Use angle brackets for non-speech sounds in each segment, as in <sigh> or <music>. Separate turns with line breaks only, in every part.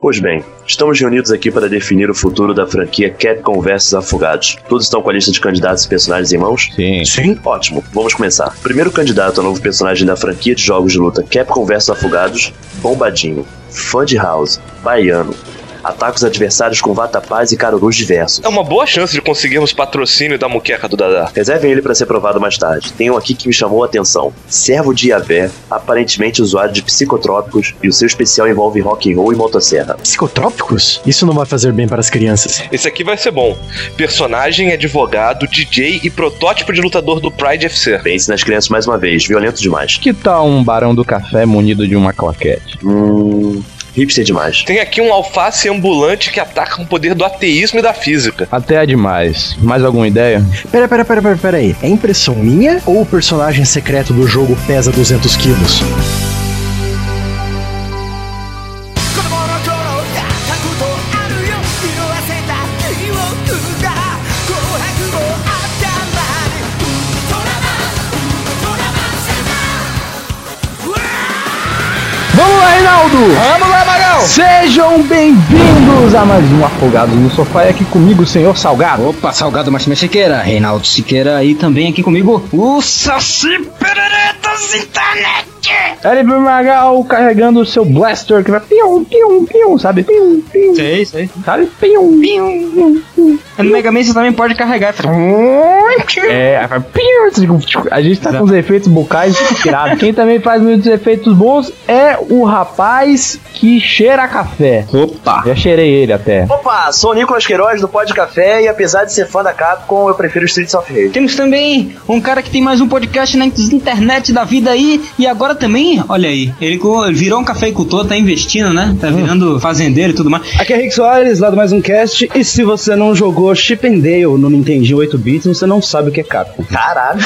Pois bem, estamos reunidos aqui para definir o futuro da franquia Capcom vs Afogados. Todos estão com a lista de candidatos e personagens em mãos?
Sim.
Sim. Ótimo, vamos começar. Primeiro candidato a novo personagem da franquia de jogos de luta Capcom vs Afogados, Bombadinho, fã de House, baiano. Ataca os adversários com vatapás e carurus diversos.
É uma boa chance de conseguirmos patrocínio da muqueca do Dadá.
Reservem ele para ser provado mais tarde. Tem um aqui que me chamou a atenção. Servo de Iavé, aparentemente usuário de psicotrópicos, e o seu especial envolve rock and roll e motosserra.
Psicotrópicos? Isso não vai fazer bem para as crianças.
Esse aqui vai ser bom. Personagem, advogado, DJ e protótipo de lutador do Pride FC.
Pense nas crianças mais uma vez, violento demais.
Que tal um barão do café munido de uma claquete?
Hum. Hipster demais.
Tem aqui um alface ambulante que ataca com o poder do ateísmo e da física.
Até é demais. Mais alguma ideia?
Pera, pera, pera, pera, pera aí. É impressão minha ou o personagem secreto do jogo pesa 200 quilos?
Vamos lá, Reinaldo!
Vamos lá, Magal!
Sejam bem-vindos a mais um Afogados no Sofá e aqui comigo o senhor Salgado.
Opa, Salgado Martins Siqueira, Reinaldo Siqueira e também aqui comigo o Saci Pereretas Internet!
LB Magal carregando o seu blaster que vai pium, pium, pium, sabe? Pium, pium.
Sei, sei.
Sabe? Pium, pium, pium, pium.
No Mega Man você também pode carregar.
É, aí faz pium, a gente tá com os efeitos bucais tirados. Quem também faz muitos efeitos bons é o rapaz que cheira café.
Opa!
Já cheirei ele até.
Opa, sou o Nicolas Queiroz do Pod Café e apesar de ser fã da Capcom, eu prefiro Streets of Rage.
Temos também um cara que tem mais um podcast na internet da vida aí e agora também, olha aí, ele co- virou um cafeicultor, tá investindo, né? Tá virando fazendeiro e tudo mais.
Aqui é Rick Soares, lá do mais um cast. E se você não jogou Chip and Dale no Nintendinho 8 bits, você não sabe o que é Capcom.
Caralho.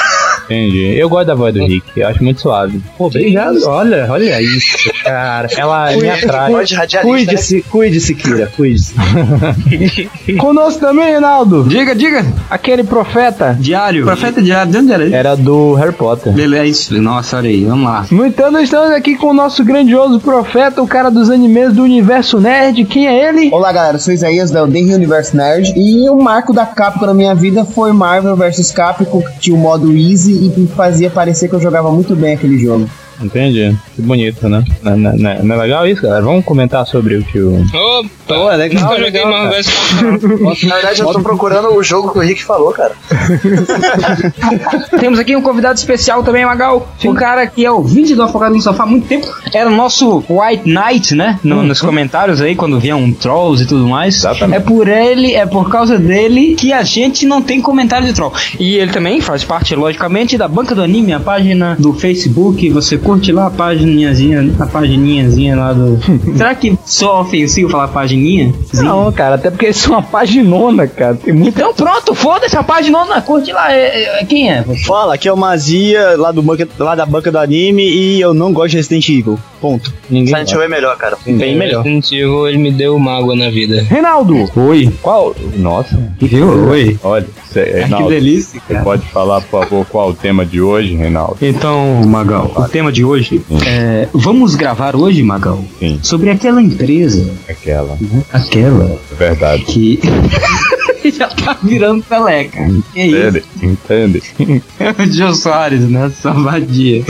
Entendi. Eu gosto da voz do Rick, eu acho muito suave.
Obrigado. Olha, olha isso, cara.
Ela me atrai.
Voz de radialista. né?
Cuide-se, cuide-se, Kira,
<laughs>
cuide-se.
Conosco também, Reinaldo.
Diga, diga!
Aquele profeta
Diário. Profeta diário, de onde era ele?
era do Harry Potter.
Beleza, é isso. Nossa, olha aí, vamos lá.
No entanto, estamos aqui com o nosso grandioso profeta, o cara dos animes do universo nerd. Quem é ele?
Olá galera, eu sou Isaías da Odeio Universo Nerd e o marco da Capcom na minha vida foi Marvel vs Capcom, que tinha o modo Easy e que fazia parecer que eu jogava muito bem aquele jogo.
Entendi. Que bonito, né? Não, não- não- não é legal isso, galera? Vamos comentar sobre o tio.
Opa,
Pô, é legal,
eu joguei assim, Marvel vs. Capcom.
Na verdade, eu tô procurando o jogo que o Rick falou, cara.
Temos aqui um convidado especial também, Magal. O cara que é ouvinte do Afogado no Sofá há muito tempo. Era o nosso White Knight, né? No- Nos comentários aí, quando viam um Trolls e tudo mais.
Uhum. Exatamente.
É por ele, é por causa dele que a gente não tem comentário de Troll. E ele também faz parte, logicamente, da Banca do Anime, a página do Facebook. Você curte lá a pagininhazinha, a pagininhazinha lá
<laughs>
do... Será que só ofensivo falar pagininha?
Não, cara, até porque isso é uma paginona, cara. Tem muito.
Então pronto, foda-se a página, não, curte lá. é- é- quem é?
Fala, aqui é o Mazia, lá, do banca, lá da banca do anime, e eu não gosto de Resident Evil. Ponto.
Ninguém.
Silent Hill é melhor, cara.
Bem melhor.
Resident Evil, ele me deu mágoa na vida.
Reinaldo! Oi! Qual? Nossa!
Oi.
Olha, cê,
que
Reinaldo,
delícia,
você
cara.
pode falar, por favor, qual o tema de hoje, Reinaldo?
Então, Magal, o tema de hoje é. Vamos gravar hoje, Magal,
Sim.
sobre aquela empresa, Né?
Aquela.
aquela
é Verdade.
que. <laughs> Já tá virando Pelé, cara. Que isso?
Entende? Entende?
É <laughs> o Jô Soares, né? Sabadia.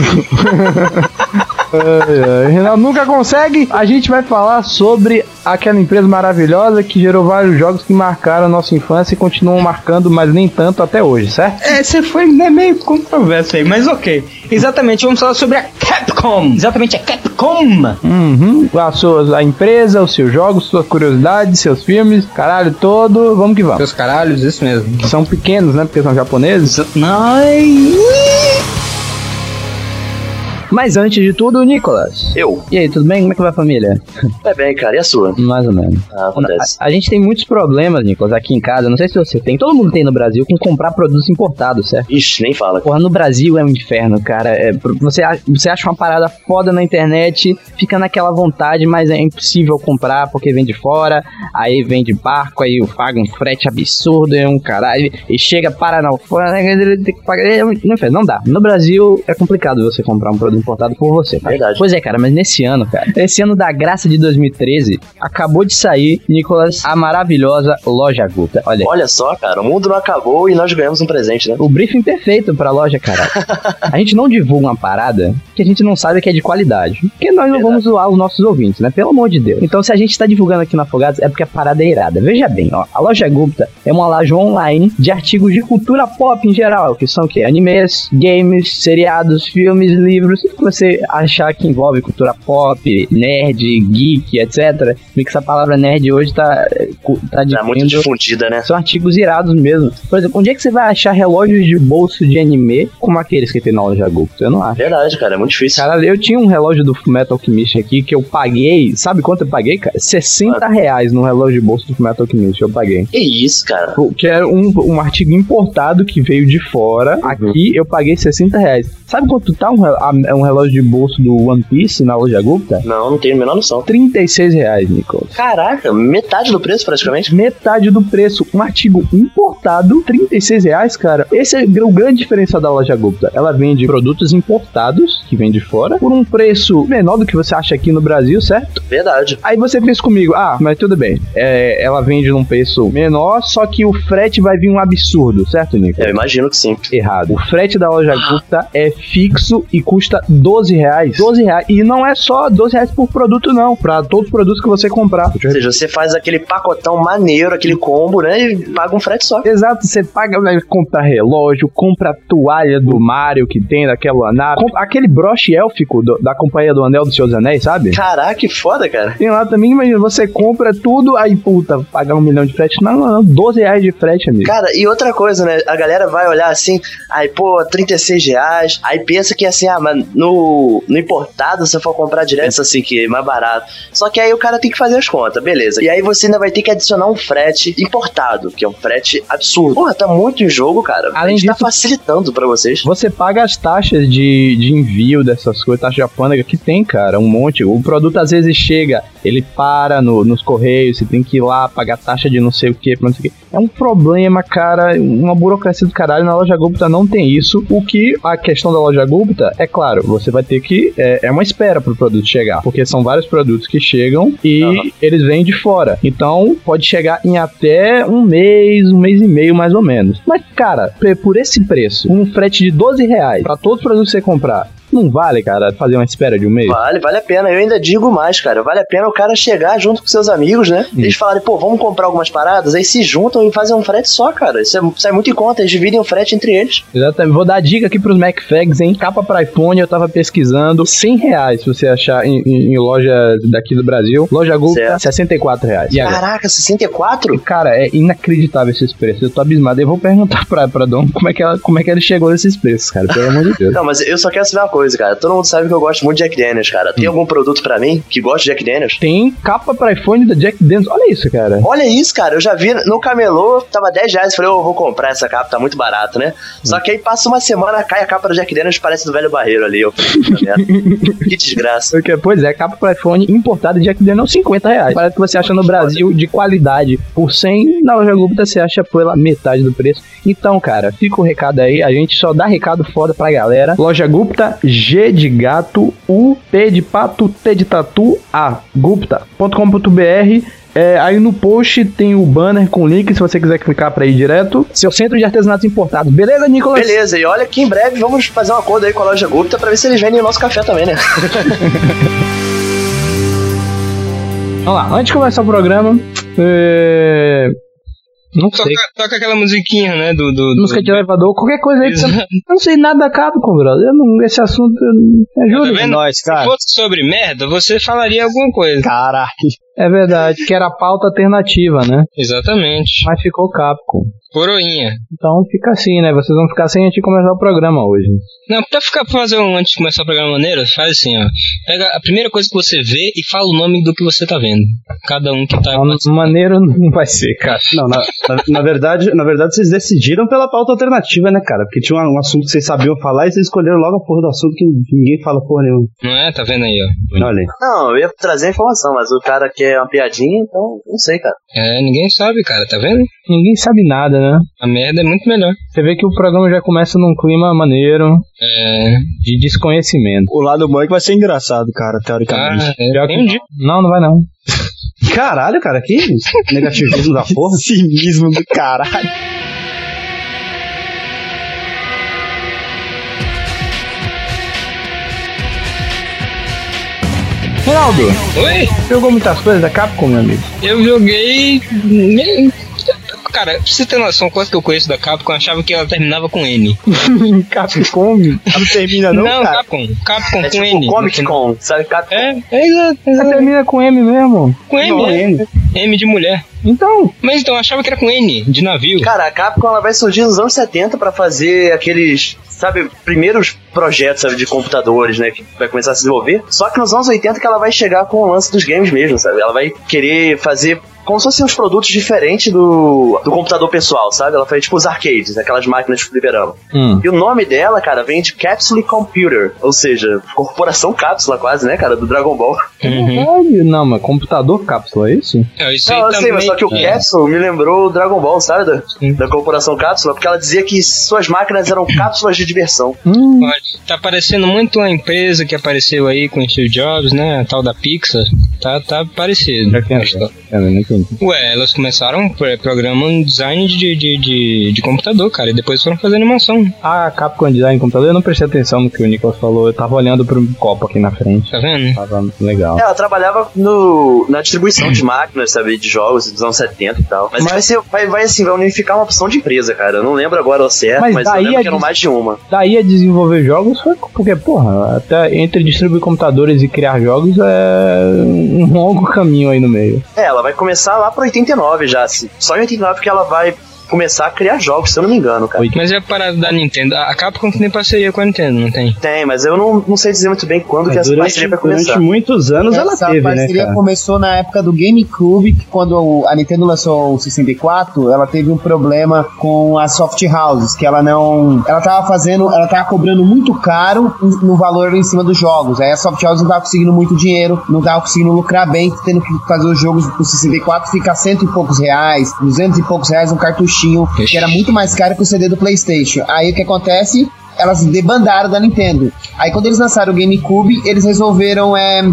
Ai, ai, Reinaldo nunca consegue. A gente vai falar sobre aquela empresa maravilhosa que gerou vários jogos que marcaram a nossa infância e continuam marcando, mas nem tanto até hoje, certo?
É, você foi né, meio controverso aí, mas ok. Exatamente, vamos falar sobre a Capcom. Exatamente, a Capcom.
Uhum. A, sua, a empresa, os seus jogos, suas curiosidades, seus filmes, caralho todo. Vamos que vamos.
Seus caralhos, isso mesmo.
São pequenos, né? Porque são japoneses.
Mas antes de tudo, Nicolas.
Eu?
E aí, tudo bem? Como é que vai a família?
Tá bem, cara. E a sua?
Mais ou menos.
Ah, acontece.
A, a gente tem muitos problemas, Nicolas, aqui em casa. Não sei se você tem. Todo mundo tem no Brasil com comprar produtos importados, certo?
Ixi, nem fala.
Porra, no Brasil é um inferno, cara. É, pro- você, a- você acha uma parada foda na internet, fica naquela vontade, mas é impossível comprar porque vem de fora, aí vem de barco, aí paga um frete absurdo, é um caralho, e chega para na alfândega, ele tem que pagar. É um inferno, não dá. No Brasil é complicado você comprar um produto
importado, importado por você, tá?
Verdade.
Pois é, cara, mas nesse ano, cara, esse ano da graça de 2013, acabou de sair, Nicolas, a maravilhosa Loja Guta. Olha, aí.
Olha só, cara, o mundo não acabou e nós ganhamos um presente, né?
o briefing perfeito pra
<laughs>
loja, cara. A gente não divulga uma parada que a gente não sabe que é de qualidade. Porque nós não
Verdade.
vamos zoar os nossos ouvintes, né? Pelo amor de Deus. Então, se a gente tá divulgando aqui na Afogados, é porque a parada é irada. Veja bem, ó. A loja Gupta é uma loja online de artigos de cultura pop em geral, que são o quê? Animes, games, seriados, filmes, livros, tudo que você achar que envolve cultura pop, nerd, geek, etc. Meio que essa palavra nerd hoje tá, eh, cu- tá
Tá muito
adquirindo
difundida, né?
são artigos irados mesmo. Por exemplo, onde é que você vai achar relógios de bolso de anime como aqueles que tem na loja Gupta? Eu não acho.
Verdade, cara, é muito difícil.
Cara, eu tinha um relógio do Fullmetal Alchemist aqui que eu paguei, sabe quanto eu paguei, cara? 60 reais no relógio de bolso do Fullmetal Alchemist, eu paguei.
Que isso, cara?
Pô, Que era um, um artigo importado que veio de fora. Aqui eu paguei 60 reais. Sabe quanto tá um, rel- a- um relógio de bolso do One Piece na loja Gupta?
Não, não tenho a menor noção.
36 reais, Nicolas.
Caraca, metade do preço praticamente.
metade do preço. Um artigo importado, 36 reais, cara. Esse é o grande diferencial da loja Gupta. Ela vende produtos importados, que vem de fora, por um preço menor do que você acha aqui no Brasil, certo?
Verdade.
Aí você pensa comigo, ah, mas tudo bem. É, ela vende num preço menor, só que o frete vai vir um absurdo, certo, Nico?
Eu imagino que sim.
Errado. O frete da loja Gupta é fixo e custa 12 reais. 12 reais. E não é só 12 reais por produto, não. Pra todos os produtos que você comprar.
Ou seja, você faz aquele pacotão maneiro, aquele combo, né? E paga um frete só.
Exato, você paga, né, compra relógio, compra a toalha do Mario que tem daquela nave, compra aquele broche élfico do- da Companhia do Anel dos Seus Anéis, sabe?
Caraca, que foda, cara.
Tem lá também, imagina, você compra tudo, aí puta, pagar um milhão de frete. Não, não, não, 12 reais de frete, amigo.
Cara, e outra coisa, né? A galera vai olhar assim, aí, pô, 36 reais. Aí pensa que assim, ah, mas no, no importado, se eu for comprar direto, assim, que é mais barato. Só que aí o cara tem que fazer as contas, beleza. E aí você ainda vai ter que adicionar um frete importado, que é um frete absurdo. Porra, tá muito em jogo, cara.
Além
A gente tá
disso-
facilitando pra vocês.
Você paga as taxas de, de envio dessas coisas, taxa de alfândega que tem, cara, um monte. O produto às vezes chega, ele para no- nos correios, você tem que ir lá pagar taxa de não sei o que, não sei o que. É um problema, cara, uma burocracia do caralho. Na loja Gupta não tem isso. O que a questão da loja Gupta, é claro, você vai ter que. É, é uma espera pro produto chegar, porque são vários produtos que chegam e
Aham.
eles vêm de fora. Então pode chegar em até um mês, um mês e meio mais ou menos. Mas, cara, pe- por esse preço, um frete de 12 reais pra todos os produtos que você comprar, não vale, cara, fazer uma espera de um mês?
Vale, vale a pena. Eu ainda digo mais, cara. Vale a pena o cara chegar junto com seus amigos, né? Eles falarem, pô, vamos comprar algumas paradas, aí se juntam e fazem um frete só, cara. Isso é, sai muito em conta, eles dividem o frete entre eles.
Exatamente. Vou dar dica aqui pros MacFags, hein? Capa pra iPhone, eu tava pesquisando. 100 reais se você achar em, em- em loja daqui do Brasil. Loja Google,
Certo.
64 reais. E agora?
Caraca, 64?
Cara, é inacreditável esses preços. Eu tô abismado. Eu vou perguntar pra, pra Dom como é, que ela, como é que ele chegou nesses preços, cara. Pelo amor de Deus.
Não, mas eu só quero saber uma coisa, cara. Todo mundo sabe que eu gosto muito de Jack Daniels, cara.
Hum.
Tem algum produto pra mim que gosta de Jack Daniels?
<laughs> Tem capa pra iPhone da Jack Daniels. Olha isso, cara.
Olha isso, cara. Eu já vi no camelô, tava 10 reais. Falei, eu vou comprar essa capa, tá muito barato, né?
Hum.
Só que aí passa uma semana, cai a capa do Jack Daniels, parece do velho barreiro ali. Eu, puta merda.
<laughs>
que desgraça.
Porque, pois é, capa pra iPhone importada de Jack Daniels, 50 reais. Parece que você acha no Brasil de qualidade por 100, na loja Globo você acha pela metade do preço. Então, cara, fica o recado aí. A gente só dá recado foda pra galera. Loja Gupta, G de gato, U, P de pato, T de tatu, A, gupta.com.br. É, aí no post tem o banner com o link, se você quiser clicar pra ir direto. Seu centro de artesanatos importados. Beleza, Nicolas?
Beleza, e olha que em breve vamos fazer um acordo aí com a loja Gupta pra ver se eles vendem o nosso café também, né?
Vamos lá, antes de começar o programa... É... Não sei,
Toca, toca aquela musiquinha, né? Do. do, do-
música de elevador, qualquer coisa aí. que você-
Exato.
Eu não sei nada da Capcom, brother. Eu não, esse assunto eu não- é
Tá
juro.
vendo?
Nós,
Se
cara.
fosse sobre merda, você falaria alguma coisa.
Caralho.
É verdade, que era a pauta alternativa, né?
Exatamente.
Mas ficou Capcom.
Coroinha.
Então fica assim, né? Vocês vão ficar sem a gente começar o programa hoje.
Não, pra ficar pra fazer um antes de começar o programa maneiro, faz assim, ó. Pega a primeira coisa que você vê e fala o nome do que você tá vendo. Cada um que tá.
Então, maneiro não vai ser, cara.
Não, na, na- na verdade, na verdade, vocês decidiram pela pauta alternativa, né, cara? Porque tinha um, um assunto que vocês sabiam falar e vocês escolheram logo a porra do assunto que ninguém fala porra nenhuma.
Não é? Tá vendo aí, ó.
Olha aí.
Não, eu ia trazer a informação, mas o cara quer é uma piadinha, então não sei, cara.
É, ninguém sabe, cara, tá vendo?
Ninguém sabe nada, né?
A merda é muito melhor.
Você vê que o programa já começa num clima maneiro,
É.
de desconhecimento.
O lado bom é que vai ser engraçado, cara, teoricamente.
Ah,
Pior
é.
que-
Tem um dia.
Não, não
<laughs>
vai não.
Caralho, cara, que negativismo da porra.
Cinismo do caralho.
Reinaldo,
Oi?
jogou muitas coisas da Capcom, meu amigo?
Eu joguei. nem- Cara, pra você ter noção, quase que eu conheço da Capcom, eu achava que ela terminava com N.
<laughs> Capcom?
Não termina não, cara.
Capcom. Capcom
É
com
tipo
N.
Comic Con, sabe? Capcom.
É, é exato,
Ela
exato.
termina com M mesmo.
Com M,
Não,
é.
né?
ele-
M de mulher.
Então,
Mas então, eu achava que era com N, de navio.
Cara, a Capcom ela vai surgir nos anos 70 pra fazer aqueles, sabe, primeiros projetos sabe, de computadores, né, que vai começar a se desenvolver. Só que nos anos 80 que ela vai chegar com o lance dos games mesmo, sabe? Ela vai querer fazer como se fossem uns produtos diferentes do, do computador pessoal, sabe? Ela faz tipo os arcades, aquelas máquinas de fliperama. E o nome dela, cara, vem de Capsule Computer, ou seja, corporação cápsula quase, né, cara, do Dragon Ball.
caralho, Uhum. não, mas computador cápsula, é isso?
É, isso aí
Não, eu
também.
sei, mas só que o
É.
Capsule me lembrou o Dragon Ball, sabe? Da, da corporação Cápsula, porque ela dizia que suas máquinas eram cápsulas de diversão.
Hum,
Olha, tá parecendo muito uma empresa que apareceu aí com o Steve Jobs, né? A tal da Pixar. Tá, tá parecido.
já tem essa. É, não entendi.
Ué, elas começaram um pro- programando design de, de, de, de computador, cara, e depois foram fazer animação.
Ah, Capcom Design Computador, eu não prestei atenção no que o Nicolas falou, eu tava olhando pro copo aqui na frente.
Tá vendo?
Tava legal.
Ela trabalhava no, na distribuição de máquinas, sabe? De jogos dos anos 70 e tal. Mas, Vai, ser, vai, vai assim, vai unificar uma opção de empresa, cara. Eu não lembro agora o certo,
Mas
mas, eu
daí
lembro
a
que eram
dis-
mais de uma.
Daí a desenvolver jogos foi porque, porra, até entre distribuir computadores e criar jogos é um longo caminho aí no meio.
É, ela vai começar lá pra 89 já, assim. Só em 89 que ela vai começar a criar jogos, se eu não me engano, cara.
Oi.
Mas é a parada da Nintendo. A a Capcom tem parceria com a Nintendo, não tem?
Tem, mas eu não, não sei dizer muito bem quando que
Mas
essa
durante,
parceria vai
durante
começar.
muitos anos ela
Essa
teve, né,
parceria
cara?
É.
começou na época do GameCube, que quando o- a Nintendo lançou o 64, ela teve um problema com as soft houses, que ela não. Ela tava fazendo. Ela tava cobrando muito caro no valor em cima dos jogos. Aí a soft house não tava conseguindo muito dinheiro, não tava conseguindo lucrar bem, tendo que fazer os jogos pro 64 ficar cento e poucos reais, duzentos e poucos reais um cartuchinho, que era muito mais caro que o CD do PlayStation. Aí o que acontece? Elas debandaram da Nintendo. Aí quando eles lançaram o GameCube, eles resolveram é,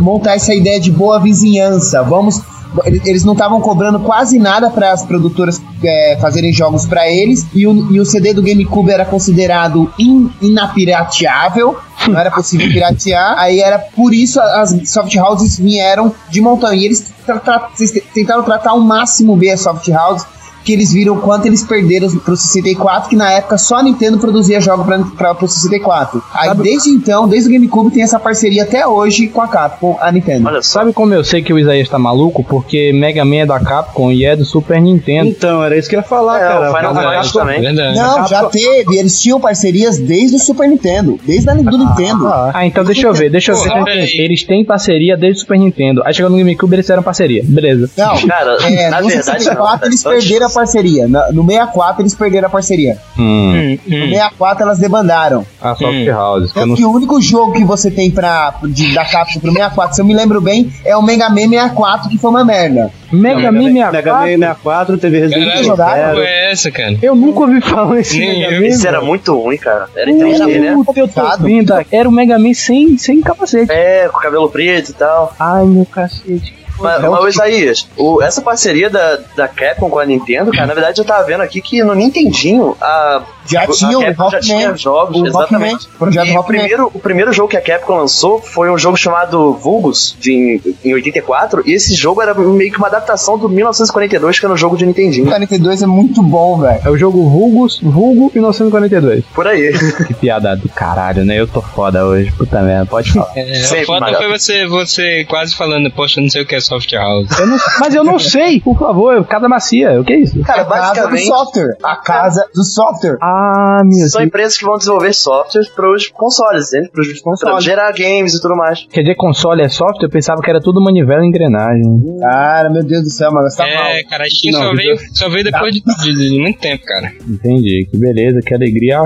montar essa ideia de boa vizinhança. Vamos. eles- Eles não estavam cobrando quase nada para as produtoras é, fazerem jogos para eles. E o, e o CD do GameCube era considerado in, inapirateável. Não era possível piratear. Aí era por isso a- as soft houses vieram de montão. E eles tra- tra- tentaram tratar ao máximo bem as soft houses que eles viram quanto eles perderam pro 64, que na época só a Nintendo produzia jogos pra, pra, pro 64. Aí desde então, desde o GameCube, tem essa parceria até hoje com a Capcom, a Nintendo.
Olha só.
Sabe como eu sei que o Isaías tá maluco? Porque Mega Man é da Capcom e é do Super Nintendo.
Então, era isso que eu ia falar,
É,
cara.
o Final Fight
É
também.
verdade.
Não, já teve. Eles tinham parcerias desde o Super Nintendo. Desde a do Nintendo.
tá.
Ah, então deixa eu ver, deixa eu
Porra,
ver.
peraí.
Eles têm parceria desde o Super Nintendo. Aí chegou no GameCube eles fizeram parceria. Beleza.
Não,
Cara,
é,
na
no
verdade,
64
não.
eles
Antes-
perderam a parceria. Na- No 64 eles perderam a parceria.
Hum,
No
hum.
64 elas debandaram.
A
Hum.
Soft Ah, House, que eu
Tanto
não
que o único jogo que você tem pra, de, da Capcom pro 64, se eu me lembro bem, é o Mega Man 64, que foi uma merda.
Mega Man
Mega Man
64?
64 teve Resident
Caralho,
Evil
jogaram,
que
0.
porra é essa, cara?
Eu nunca ouvi falar esse
Nem
Mega
eu.
Man.
Isso era muito ruim, cara. Era em 3D, né?
Puta, eu tô
Complicado.
ouvindo. Era o Mega Man sem, sem capacete.
É, com cabelo preto e tal.
Ai, meu cacete.
Mas, mas
tipo-
ô, Isaías, o- essa parceria da, da Capcom com a Nintendo, cara, na verdade eu tava vendo aqui que no Nintendinho a,
Já
a
tinha o
Capcom já tinha
Rockman.
jogos,
O Rockman,
exatamente.
projeto
E o
Rockman.
primeiro, o primeiro jogo que a Capcom lançou foi um jogo chamado Vulgus, de, em, em 84, e esse jogo era meio que uma adaptação do 1942, que era um jogo de Nintendinho.
42 é muito bom, velho.
É o jogo Vulgos, Vulgo 1942.
Por aí.
<laughs> Que piada do caralho, né? Eu tô foda hoje. Puta merda, pode falar.
É,
Sempre
a foda
maior.
foi você, você quase falando, poxa, não sei o que é soft house.
Eu não- <laughs> mas eu não sei, por favor. Cada macia, o que é isso?
Cara,
a casa do
basicamente.
software. A casa do software.
Ah, meu Deus.
São empresas que vão desenvolver softwares pros consoles, né? Pros consoles. Gerar games e tudo mais.
Quer dizer, console é software? Eu pensava que era tudo manivela e engrenagem.
Cara, meu Deus do céu, mano, você tá mal.
É, cara, a Steam só veio, só veio depois de, de- de muito tempo, cara.
Entendi, que beleza, que alegria.
<laughs>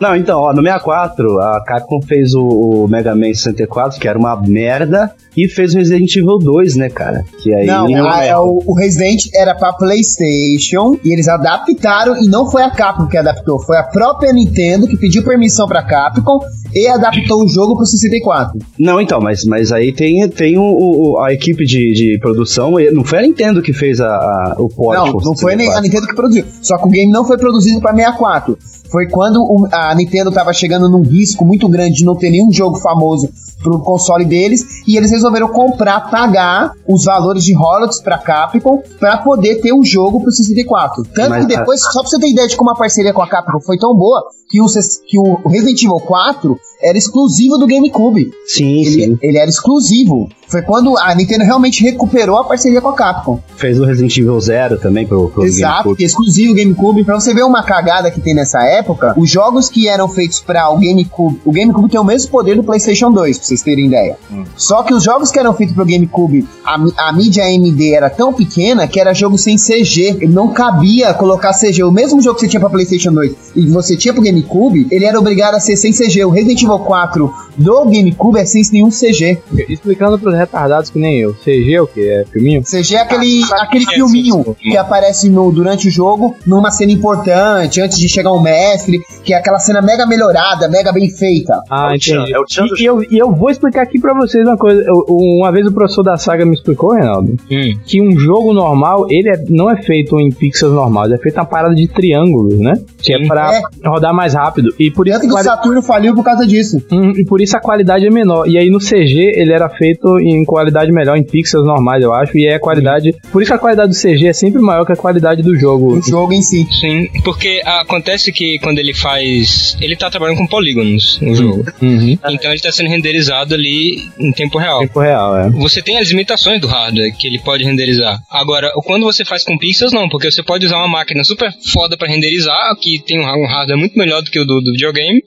Não, então, ó, no 64, a Capcom fez o, o Mega Man 64, que era uma merda, e fez o Resident Evil 2, né, cara? Que aí.
Não, a- é o, o Resident era pra PlayStation e eles adaptaram e não foi a Capcom que adaptou, foi a própria Nintendo que pediu permissão pra Capcom e adaptou o jogo pro 64.
Não, então, mas, mas aí tem, tem o, o- o- a equipe de, de produção. e Não foi a Nintendo que fez a, a- o porte.
não,
pro
não foi nem a
64.
Nintendo que produziu. Só que o game não foi produzido pra 64. Foi quando o- a Nintendo tava chegando num risco muito grande de não ter nenhum jogo famoso pro console deles e eles resolveram comprar, pagar os valores de royalties pra Capcom pra poder ter o jogo pro 64. Tanto
Mas
que
a-
depois, só pra você ter ideia de como a parceria com a Capcom foi tão boa, que o, ses- que o Resident Evil 4 era exclusivo do GameCube.
Sim, sim.
Ele, ele era exclusivo. Foi quando a Nintendo realmente recuperou a parceria com a Capcom.
Fez o Resident Evil Zero também pro, pro
Exato,
GameCube.
que é exclusivo GameCube. Pra você ver uma cagada que tem nessa época, os jogos que eram feitos pra o GameCube, o GameCube tem o mesmo poder do PlayStation 2, pra vocês terem ideia. Só que os jogos que eram feitos pro GameCube, a, mi- a mídia AMD era tão pequena que era jogo sem CG. Ele não cabia colocar CG. O mesmo jogo que você tinha pra PlayStation 2 e que você tinha pro GameCube, ele era obrigado a ser sem CG. O Resident Evil 4 do GameCube é sem nenhum CG.
Explicando pros retardados que nem eu. CG o que? É filminho?
CG é aquele, aquele filminho que aparece no, durante o jogo, numa cena importante, antes de chegar o mestre, que é aquela cena mega melhorada, mega bem feita.
Ah,
É o Tchan,
entendi.
é o Tchan do
E eu, e eu vou explicar aqui pra vocês uma coisa. Eu- um, uma vez o professor da saga me explicou, Reinaldo,
Hum.
que um jogo normal, ele é- não é feito em pixels normais, é feito uma parada de triângulos, né? Que é
Sim.
pra
É.
rodar mais rápido. E por, isso
Tanto
a
que o
quali-
Saturno faliu por causa disso.
Hum, e por isso a qualidade é menor. E aí no CG ele era feito em qualidade melhor, em pixels normais, eu acho. E é a qualidade. Por isso que a qualidade do CG é sempre maior que a qualidade do jogo.
O jogo em si.
Sim, porque acontece que quando ele faz. Ele tá trabalhando com polígonos no jogo.
Uhum.
Então ele tá sendo renderizado ali em tempo real.
Tempo real, é.
Você tem as limitações do hardware que ele pode renderizar. Agora, quando você faz com pixels, não, porque você pode usar uma máquina super foda pra renderizar, que tem um ha- um hardware muito melhor do que o do, do videogame,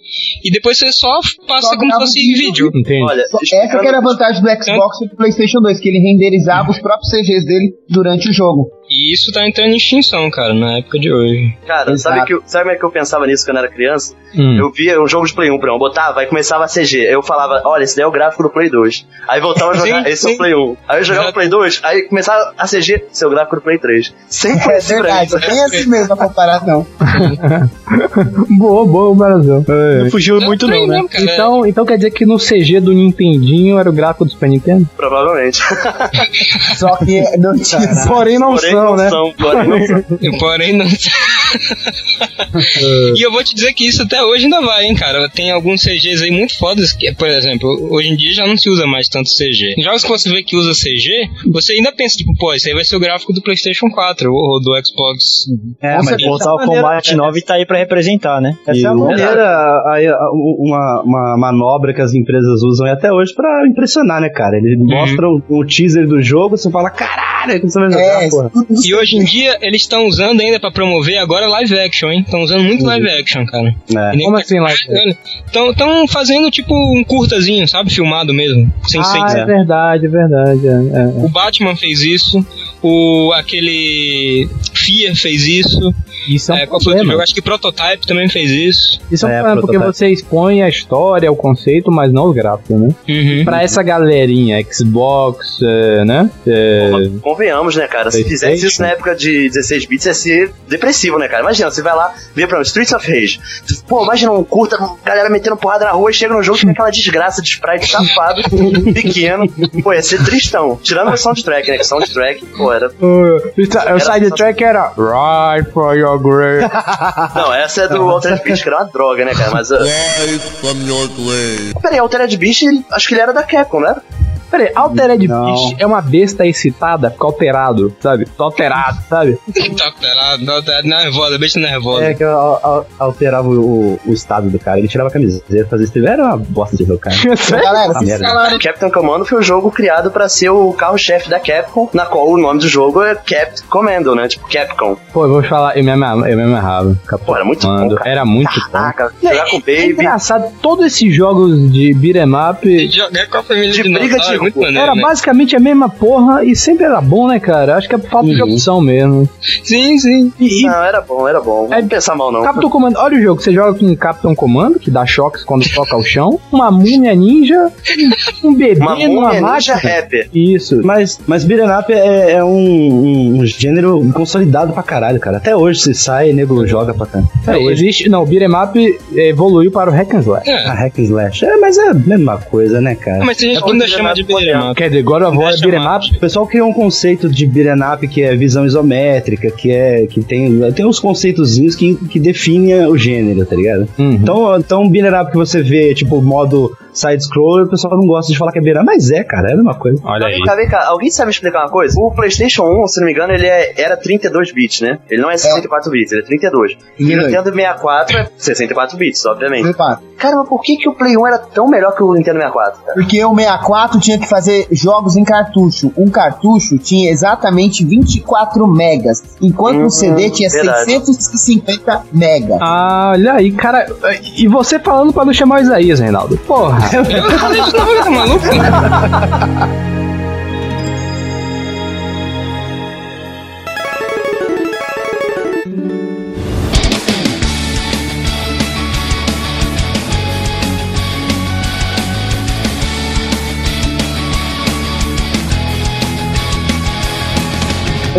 e depois você só passa
Só
como se
grava
fosse
o vídeo.
vídeo.
Entendi.
Olha,
Essa que era a vantagem do Xbox e do PlayStation 2, que ele renderizava os próprios CGs dele durante o jogo.
E isso tá entrando em extinção, cara, na época de hoje.
Cara, sabe, que, eu- sabe como é que eu pensava nisso quando eu era criança?
Hum.
Eu via um jogo de Play 1, Brão, botava e começava a CG. Eu falava, olha, esse daí é o gráfico do Play 2. Aí voltava a jogar,
Sim,
esse é
sim.
o Play 1. Aí eu jogava o Play um. 2, aí começava a CG, esse é o gráfico do Play 3. Sempre foi
É
assim pra mim.
verdade, bem assim mesmo a comparação.
Boa, boa, Brasil.
Não fugiu muito, não, né?
um, cara?
Então, então quer dizer que no CG do Nintendinho era o gráfico do Super Nintendo?
Provavelmente.
Só que não tinha.
Porém não
Porém,
são,
não
né?
são, porém, não são.
Eu, porém, um não. tá- <laughs> e eu vou te dizer que isso até hoje ainda vai, hein, cara. Tem alguns CGs aí muito fodas, que, por exemplo, hoje em dia já não se usa mais tanto CG. Em Jogos que você vê que usa CG, você ainda pensa, tipo, pô, isso aí vai ser o gráfico do PlayStation 4 ou do Xbox.
É,
Com
mas
certeza.
Mortal
né?
Kombat 9 tá aí pra representar, né?
E
Essa é a
o-
maneira.
era aí, a- uma, uma manobra que as empresas usam até hoje pra impressionar, né, cara? Eles
Uhum.
mostram o teaser do jogo, você fala, caralho, como você vai jogar,
É,
porra?
tudo
E hoje em dia eles estão usando ainda pra promover agora live action, hein? Estão usando muito live
Uhum.
action, cara.
É.
E nem-
Como assim, lá?
Tão, tão fazendo tipo um curtazinho, sabe? Filmado mesmo. Sem
Ah,
ser.
é verdade, é verdade. é, é.
O Batman fez isso. O aquele Fear fez isso.
Isso é um
é, qual foi outro
problema.
jogo? Acho que Prototype também fez isso.
Isso é um
É,
problema, porque
prototype.
você expõe a história, o conceito, mas não os gráficos, né?
Uhum.
Pra essa galerinha, Xbox, eh, né? Eh,
Convenhamos, né, cara? Se
PlayStation.
fizesse isso na época de 16 bits, ia ser depressivo, né, cara? Imagina, você vai lá, vê pra Streets of Rage. Pô, imagina um curta, galera metendo porrada na rua, e chega no jogo, tem aquela desgraça de sprite safado, <laughs> pequeno. Pô, ia ser tristão. Tirando o soundtrack, né? Que soundtrack, pô, era.
o sidetrack era Right for your grave.
<laughs> Não, essa é
<laughs>
do Altered Beast, que era uma droga, né, cara? Mas. Uh... Peraí, Altered Beast, ele- acho que ele era da Capcom, né?
Peraí, Altered
Não.
Beast é uma besta excitada, fica alterado, sabe? Tô alterado, sabe?
Tá alterado, tá alterado, nervosa, besta nervosa.
É, que al- al- alterava o, o estado do cara. Ele tirava a camiseta, fazia isso. Era uma bosta de jogo,
<laughs>
cara.
isso. Galera, vocês
merda.
falaram
Captain Commando foi o jogo criado pra ser o carro-chefe da Capcom, na qual o nome do jogo é Captain Commando, né? Tipo, Capcom.
Pô, eu vou te falar, eu me, ama- eu me amarrava.
Pô, era muito
Mano,
bom, Ah, cara.
era muito bom.
Caraca, jogar com
É
Baby,
engraçado, todos esses jogos de beat'em up
Jogar com a família
de briga de
muito maneiro,
É Era
né?
basicamente a mesma porra e sempre era bom, né, cara? Acho que é por falta
Uhum.
de opção mesmo.
Sim, sim.
E, e
Não, era bom, era bom. Não
É-
pensar mal, não.
Capitão Comando, olha o jogo, você joga com um Capitão Comando, que dá choques quando toca o chão, uma múmia ninja, um bebê
Uma
numa
múmia ninja
máquina.
rapper.
Isso.
Mas, mas beat'em up é, é um, um- um gênero consolidado pra caralho, cara. Até hoje se sai, nego joga pra caralho. Até
É,
hoje.
existe, não, o Beat'em Up evoluiu para o Hack and Slash.
É.
A hack and slash. É, mas é a mesma coisa, né, cara?
Mas tem gente
É
que ainda
porque
chama de beat'em up.
Quer dizer, God of War é
Deixa
Beat'em
chamar.
Up,
O pessoal criou um conceito de beat'em up que é visão isométrica, que é que tem, tem uns conceitozinhos que, que definem o gênero, tá ligado? Então, então beat'em up que você vê, tipo, modo side-scroller, o pessoal não gosta de falar que é beat'em up, mas é, cara, é a mesma coisa.
Olha
Vem cá, vem cá. Alguém sabe me explicar uma coisa? O PlayStation 1, se não me engano, ele é- era 32 bits, né? Ele não é 64 bits, ele é 32. E o
32.
Nintendo 64 é 64 bits, obviamente.
Repara,
Cara, mas por que, que o Play 1 era tão melhor que o Nintendo 64, cara?
porque o 64 tinha que fazer jogos em cartucho. Um cartucho tinha exatamente 24 megas, enquanto
Hum,
o CD tinha
verdade.
650 megas.
Ah, olha aí, cara. E você falando pra não chamar o Isaías, Reinaldo. Porra.
Eu falei de novo, tá maluco?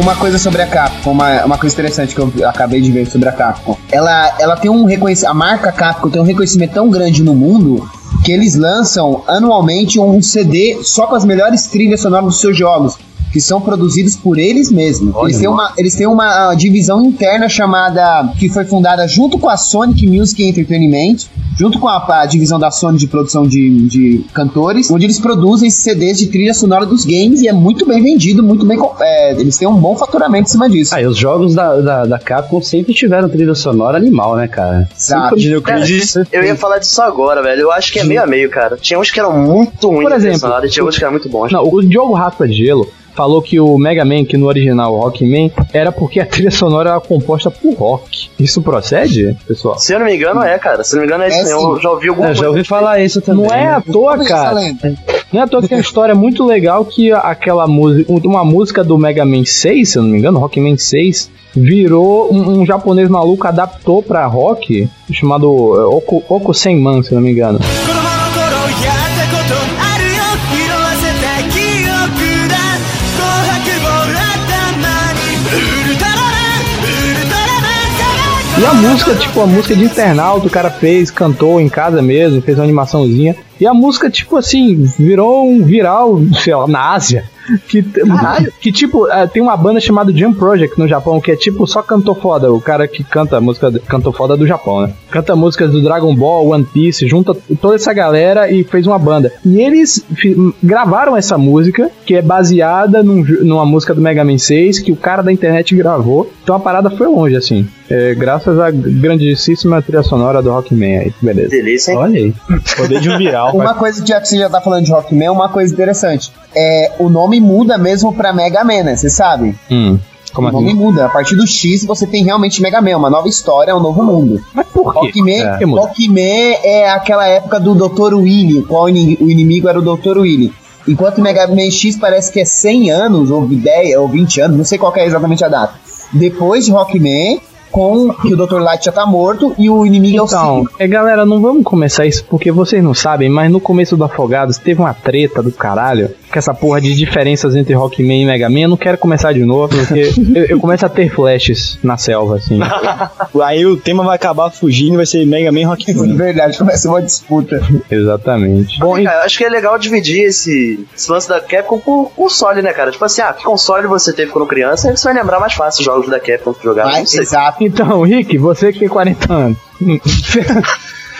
Uma coisa sobre a Capcom, uma, uma coisa interessante que eu acabei de ver sobre a Capcom. Ela, ela tem um reconhecimento, a marca Capcom tem um reconhecimento tão grande no mundo que eles lançam anualmente um CD só com as melhores trilhas sonoras dos seus jogos, que são produzidos por eles mesmos. Eles têm, uma, eles têm uma ah, divisão interna chamada, que foi fundada junto com a Sonic Music Entertainment, junto com a, a divisão da Sony de produção de, de cantores, onde eles produzem CDs de trilha sonora dos games e é muito bem vendido, muito bem. co- é, eles têm um bom faturamento em cima disso.
Ah, e os jogos da, da, da Capcom sempre tiveram trilha sonora animal, né, cara?
Sabe?
Eu ia falar disso agora, velho. Eu acho que é meio a meio, cara. Tinha uns que eram muito ruins
Por exemplo,
impressionados, e tinha outros que eram muito bons.
Não, o Diogo Raspa de Gelo falou que o Mega Man, que no original Rockman, era porque a trilha sonora era composta por rock. Isso procede, pessoal?
Se eu não me engano, é, cara. Se eu não me engano, é isso
É
mesmo. Eu
sim.
já ouvi alguma
Eu já
coisa.
ouvi falar isso também.
Não é à toa,
Como que essa
cara.
lenda?
Não é à toa que tem uma história muito legal que aquela música, uma música do Mega Man 6, se eu não me engano, Rockman 6, virou um, um japonês maluco adaptou pra rock, chamado eh, Oku, Oku Senman, se eu não me engano. E a música, tipo, a música de internauta, o cara fez, cantou em casa mesmo, fez uma animaçãozinha. E a música, tipo assim, virou um viral, sei lá, na Ásia. Que, que tipo, eh, tem uma banda chamada Jam Project no Japão, que é tipo só cantor foda, o cara que canta a música, cantor foda do Japão, né? Canta músicas do Dragon Ball, One Piece, junta toda essa galera e fez uma banda. E eles fi- gravaram essa música, que é baseada num ju- numa música do Mega Man 6, que o cara da internet gravou. Então a parada foi longe, assim. É, graças à grandíssima trilha sonora do Rockman aí. Beleza.
Delícia, hein?
Olha aí.
Poder de um viral.
Uma coisa, já que você já tá falando de Rockman, uma coisa interessante. É, o nome muda mesmo pra Mega Man, né? Você sabe?
Hum, como
o nome
assim?
muda. A partir do X você tem realmente Mega Man, uma nova história, um novo mundo.
Mas por quê?
Rockman,
É.
é. Rockman é aquela época do Dr. Willy, qual o ini- o inimigo era o Dr. Willy. Enquanto Mega Man X parece que é 100 anos, ou 10, ou 20 anos, não sei qual que é exatamente a data. Depois de Rockman, com que o Dr. Light já tá morto e o inimigo é o
Então,
Cid.
é, galera, não vamos começar isso porque vocês não sabem, mas no começo do Afogados teve uma treta do caralho com essa porra de diferenças entre Rockman e Mega Man. Eu não quero começar de novo porque eu, eu começo a ter flashes na selva, assim.
<laughs> Aí o tema vai acabar fugindo, vai ser Mega Man Rockman.
Verdade, <laughs> começa uma disputa.
Exatamente. Bom,
Cara, eu acho que é legal dividir esse, esse lance da Capcom por console, né, cara? Tipo assim, ah, que console você teve quando criança? Aí você vai lembrar mais fácil os jogos da Capcom que jogava. Não
Mas,
sei.
<laughs>
exato.
então, Rick, você que tem 40 anos.
<laughs>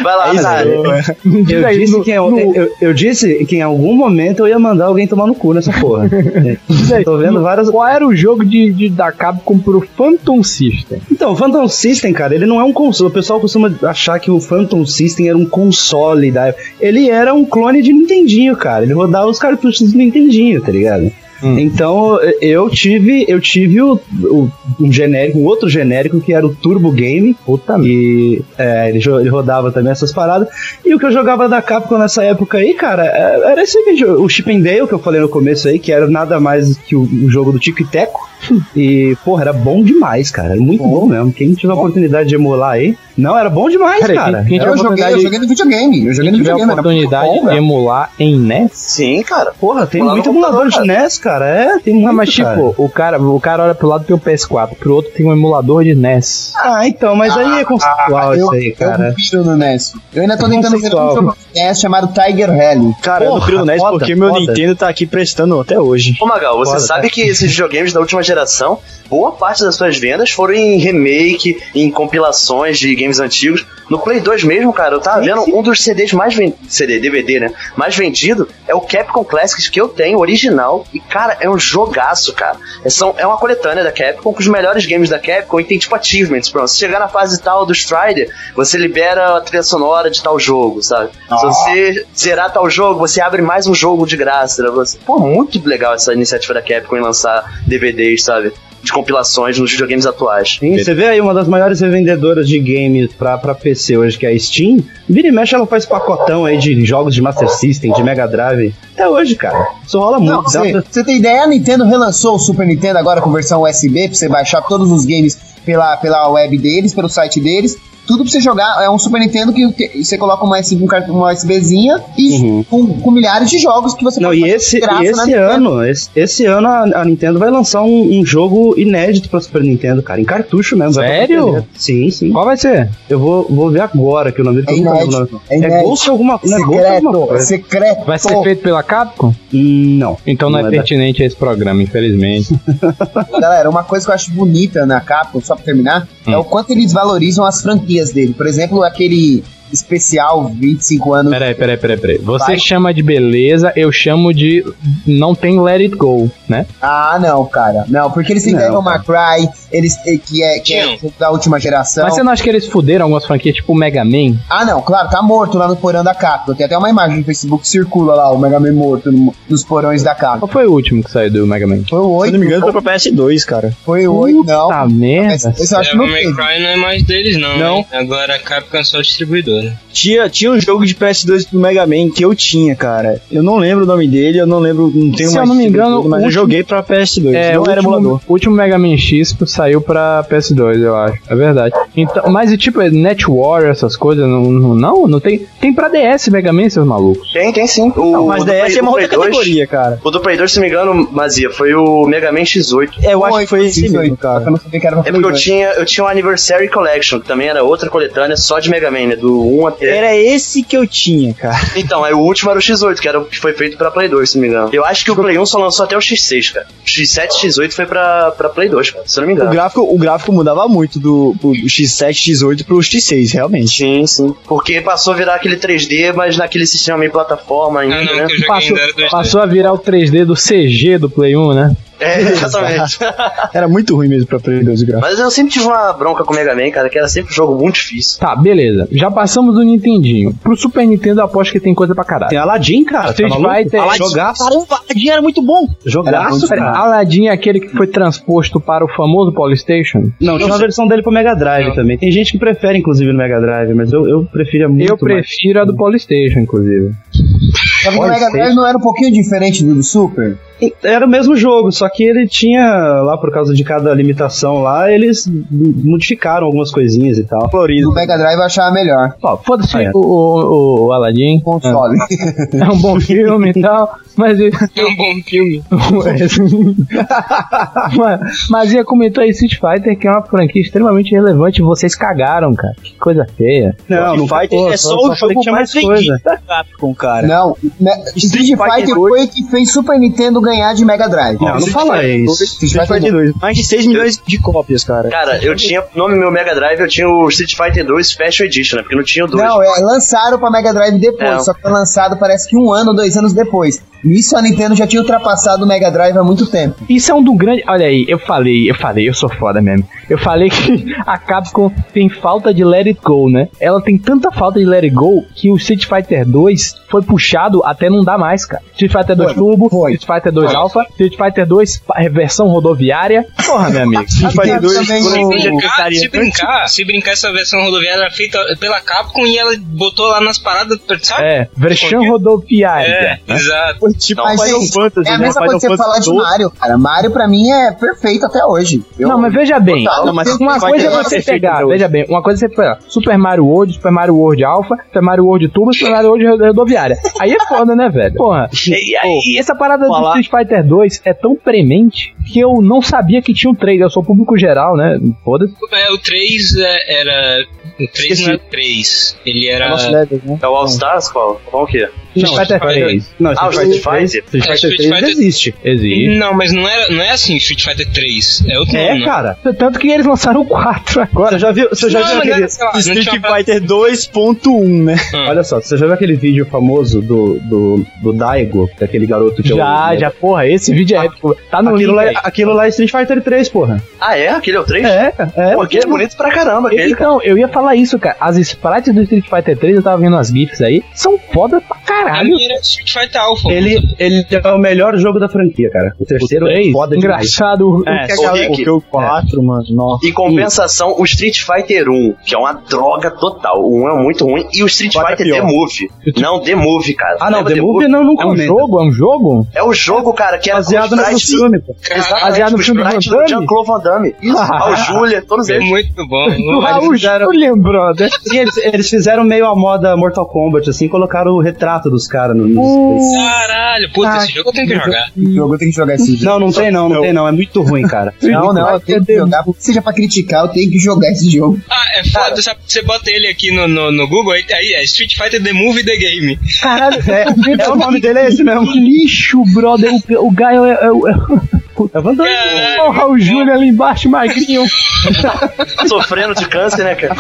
Vai lá, Nazário.
Diz
É Eu
aí,
disse,
no-
que eu,
no-
eu- eu disse que em algum momento eu ia mandar alguém tomar no cu nessa
<laughs>
porra. É.
diz aí,
Tô vendo
no-
várias.
Qual era o jogo de, de, da Capcom pro Phantom System?
Então, o Phantom System, cara, ele não é um console. O pessoal costuma achar que o Phantom System era um console da. Ele era um clone de Nintendinho, cara. Ele rodava os cartuchos do Nintendinho, tá ligado?
Hum.
Então eu tive, eu tive o, o- um genérico, um outro genérico que era o Turbo Game. Puta e é, ele, jo- ele rodava também essas paradas. E o que eu jogava da Capcom nessa época aí, cara, é- era esse aqui, o Chip and Dale que eu falei no começo aí, que era nada mais que o, o jogo do Tico e Teco.
Hum.
E, porra, era bom demais, cara. Era muito bom, mesmo. Quem tiver a oportunidade de emular aí. Não, era bom demais,
Cara,
cara.
quem- quem
Era
tiver
Eu
a
joguei,
oportunidade-
eu joguei no videogame. Eu joguei
Quem
no
tiver a
videogame.
né?
era
oportunidade é
bom, né?
de
velho.
emular em NES,
Sim, cara.
Porra, tem
Lá no
muito emulador de
computador,
NES, cara. É, tem muito,
Não, mas
cara.
tipo, o cara, o cara olha pro lado tem um PS4, pro outro tem um emulador de NES.
Ah, então, mas aí é conceitual
Ah,
Ah,
eu,
isso aí, cara.
eu piro no NES. Eu ainda tô tentando ver
Conceitual.
um jogo do NES chamado Tiger Rally.
Cara, eu não piro NES
foda,
porque meu
foda.
Nintendo tá aqui prestando até hoje.
Ô Magal, você
Foda,
sabe que esses videogames da última geração, boa parte das suas vendas foram em remake, em compilações de games antigos. No Play 2 mesmo, cara, eu tava vendo um dos CDs mais vendidos. CD, DVD, né? Mais vendido é o Capcom Classics que eu tenho, original. E, cara, é um jogaço, cara. É, são- é uma coletânea da Capcom com os melhores games da Capcom e tem tipo achievements. Pronto, se chegar na fase tal do Strider, você libera a trilha sonora de tal jogo, sabe? Se você zerar tal jogo, você abre mais um jogo de graça. né? Você- Pô, muito legal essa iniciativa da Capcom em lançar DVDs, sabe? De compilações nos videogames atuais.
Sim, você vê aí uma das maiores revendedoras de games pra, pra PC hoje, que é a Steam. Vira e mexe, ela faz pacotão aí de jogos de Master System, de Mega Drive. Até hoje, cara. Isso rola
Não,
muito. Dá
você,
pra-
você tem ideia? A Nintendo relançou o Super Nintendo agora com versão USB pra você baixar todos os games pela, pela web deles, pelo site deles. Tudo pra você jogar. É um Super Nintendo que, que você coloca uma, USB, um cart- uma USBzinha e com, com milhares de jogos que você
Uhum. Não, e
fazer
esse,
de graça
e
na
esse
Nintendo.
ano, esse, esse ano a, a Nintendo vai lançar um, um jogo inédito pra Super Nintendo, cara, em cartucho mesmo. vai pra
Sério?
TV. Sim, sim.
Qual vai ser?
Eu vou, vou ver agora que o nome
É
eu nunca lembro o nome.
inédito. É
É
inédito.
Ghost alguma coisa? Não é Ghost alguma
Secreto,
coisa?
secreto.
Vai ser feito pela Capcom?
Hum, Não.
Então não,
Não
é
é
pertinente a esse programa, infelizmente.
Galera, uma coisa que eu acho bonita na Capcom, só pra terminar,
Hum.
é o quanto eles valorizam as franquias dele. Por exemplo, aquele especial 25 anos.
Peraí, peraí, peraí, peraí. Você
Vai.
chama de beleza, eu chamo de não tem let it go, né?
Ah, não, cara. Não, porque eles têm
Não,
Devil May Cry, eles, eh, que é, que é da última geração.
Mas você não acha que eles fuderam algumas franquias tipo Mega Man?
Ah, não, claro, tá morto lá no porão da Capcom. Tem até uma imagem no Facebook que circula lá, o Mega Man morto no- nos porões da Capcom.
Qual foi o último que saiu do Mega Man?
Foi o
Se eu não me engano,
8,
foi pra PS2, cara.
foi o 8, não.
Tá merda.
Esse eu acho que
Devil
não
May
teve.
Cry não é mais deles, não.
Não.
hein? Agora a Capcom é só distribuidora.
Tinha, tinha um jogo de PS2 do Mega Man que eu tinha, cara. Eu não lembro o nome dele, eu não lembro, não tenho
Se eu
mais
não me
título
engano,
dele, mas
o
eu joguei pra PS2.
É,
não
o
era
último,
emulador.
o último Mega Man X saiu pra PS2, eu acho. É verdade. Então, mas e tipo, Net War, essas coisas, não, não, não, não tem. Tem pra DS Mega Man, seus malucos.
Tem, tem sim. O,
Não, mas
o do Play-
DS é uma
do
outra
Play 2,
categoria, cara.
O do Play 2, se não me engano, Mazia, foi o Mega Man X8.
É, eu acho que foi esse
18, só
mesmo,
que
cara.
eu não sabia que era pra
É porque eu
Play
tinha, eu tinha o Anniversary Collection, que também era outra coletânea só de Mega Man, né? Do 1 até.
Era esse que eu tinha, cara.
Então, aí o último era o X8, que, era o que foi feito pra Play 2, se não me engano. Eu acho que o Play 1 só lançou até o X6, cara. O X7 X8 foi pra, pra Play 2, cara, se eu não me
O
engano.
gráfico, o gráfico mudava muito do pro X7, X8 pro X6, realmente.
Sim, sim. Porque passou a virar aquele 3D, mas naquele sistema meio plataforma ainda,
Ah, não,
né?
que eu joguei
Passou,
ainda era 2D.
passou a virar o 3D do CG do Play 1, né?
É,
<laughs>
exatamente.
Era muito ruim mesmo pra Play 2 o gráfico.
mas eu sempre tive uma bronca com o Mega Man, cara, que era sempre um jogo muito difícil.
Tá, beleza. Já passamos do Nintendinho. Pro Super Nintendo, eu aposto que tem coisa pra caralho.
Tem Aladdin, cara.
Street
tá maluco?
Fighter.
Aladdin. Jogaço.
Paradinha era muito bom.
Era
Jogaço,
super-
cara.
Aladdin é aquele que foi transposto para o famoso Polystation?
Não, tinha uma versão dele pro Mega Drive também. Tem gente que prefere, inclusive, no Mega Drive, mas eu, eu prefiro muito
eu prefiro a do Polystation, inclusive.
Mas o Mega Drive não era um pouquinho diferente do do Super?
mais. Era o mesmo jogo, só que ele tinha, lá por causa de cada limitação lá, eles modificaram algumas coisinhas e tal.
Florido.
O Mega Drive eu achava melhor.
Ó, foda-se
Ah, é.
o, o, o Aladdin.
<laughs>
Console.
É um bom filme e tal, mas... <laughs>
É um bom filme.
mas, mas ia comentar aí Street Fighter, que é uma franquia extremamente relevante. e Vocês cagaram, cara. Que coisa feia.
Não, não Fighter
Pô,
é só,
só falei
o
que
jogo
tinha
mais
mais
vendido da Capcom, cara.
Não, né, Street Fighter
Fighter
foi o que fez Super Nintendo ganhar de Mega Drive.
Não, não fala isso.
é
é
Street Fighter 2, mais de 6 milhões de cópias, cara.
Cara, eu tinha, no meu Mega Drive, eu tinha o Street Fighter 2 Special Edition, né? Porque não tinha o 2.
Não, é, lançaram pra Mega Drive depois,
Não.
só que foi lançado parece que um ano, dois anos depois. Isso a Nintendo já tinha ultrapassado o Mega Drive há muito tempo.
Isso é um do grande. Olha aí, eu falei, eu falei, eu sou foda mesmo. Eu falei que <laughs> a Capcom tem falta de Let It Go, né? Ela tem tanta falta de Let It Go que o Street Fighter 2 foi puxado até não dar mais, cara. Street Fighter 2 Turbo,
foi.
Street Fighter 2
Foi.
Alpha, Street Fighter 2 pa- versão rodoviária. Porra, meu amigo.
Street Fighter 2
um
Se brincar, se brincar, se brincar, essa versão rodoviária era feita pela Capcom e ela botou lá nas paradas, sabe?
É, versão rodoviária.
É, exato.
Foi tipo
Mas,
Final
gente,
Fantasy,
É a
né?
mesma
Final
coisa que você falar
Fantasy
de Mario, cara. Mario pra mim é perfeito até hoje. Eu-
Não, mas veja bem.
Total.
Não, mas
Eu-
Uma
Vai
coisa é
ter uma
você
perfeita
pegar,
até hoje.
veja bem, uma coisa é você pegar Super Mario World, Super Mario World Alpha, Super Mario World Turbo, Super Mario World Rodoviária. Aí é foda, né, velho? Porra. E, e- e essa parada
falar-
do Street Fighter 2 é tão premente que eu não sabia que tinha um trailer. Eu sou público geral, né? Foda-se.
É, o 3 é- era. O 3 não era 3. Ele era.
Nosso level, né?
É o All Stars, qual? Qual que é?
Street Fighter
Fighter
3.
Não,
Ah, o
Street Fighter
Street
3
Fighter?
Street
É,
Fighter
Street
3
Fighter- Uhum.
existe.
Existe.
Não, mas não, era, não é assim Street Fighter 3. É outro
É,
nome.
cara.
Tanto que eles lançaram o 4 agora.
Você já viu, você já
Não,
viu
mas
aquele
é, sei lá, não tinha
Street
uma-
Fighter 2.1, né?
Hum.
Olha só, você já viu aquele vídeo famoso do, do, do Daigo, daquele garoto que é o-
Já, já, porra, esse vídeo é épico. Tá no
Aquilo
link
lá,
aí.
é- aquilo lá é Street Fighter 3, porra.
Ah, é? Aquele é o 3?
É, é.
Pô, aquele é bonito pra caramba, aquele, cara.
Então, eu ia falar isso, cara. As sprites do Street Fighter 3, eu tava vendo as GIFs aí, são foda pra
A
caralho.
minha era Street Fighter Alpha.
Ele, ele é o melhor jogo da franquia, cara. O terceiro é
Três,
foda demais.
Engraçado.
É,
que a galera-
porque o 4, mano, nossa.
Em compensação, o Street Fighter 1, que é uma droga total. O 1 é muito ruim. E o Street
Quatro é
Fighter The
pior.
Move. Não, The Move, cara.
Ah, não,
Lembra
The Movie não, não
É um
comenta.
jogo? É um jogo?
É o jogo, cara, que era
baseado
com
no
sprites-
filme, pô.
Cara,
Exatamente,
Baseado no
com
filme do
sprites
Van Damme?
Jean-Claude Van Damme. Isso,
Ah.
Raul Júlia, todos
é
eles.
muito
<laughs>
bom. é
O Raul né? Julian, brother.
Sim, eles, eles fizeram meio a moda Mortal Kombat, assim, colocaram o retrato dos caras no. nos-
Caralho, puta,
Ah,
esse jogo eu tenho que jogar.
Esse jogo eu tenho que jogar esse jogo.
Não, não tem não, não tem não. É muito ruim, cara.
<laughs> Não, não,
Eu tenho que jogar, seja pra criticar, eu tenho que jogar esse jogo.
Ah, é foda, sabe? Você bota ele aqui no, no, no Google, aí, aí é Street Fighter The Movie The Game.
É, o nome dele é esse mesmo.
Que lixo, brother. O, o Gaio é. é, é... Puta, Van Damme.
Caralho.
Olha o Raul Júlia ali embaixo, magrinho.
tá Sofrendo de câncer, né, cara?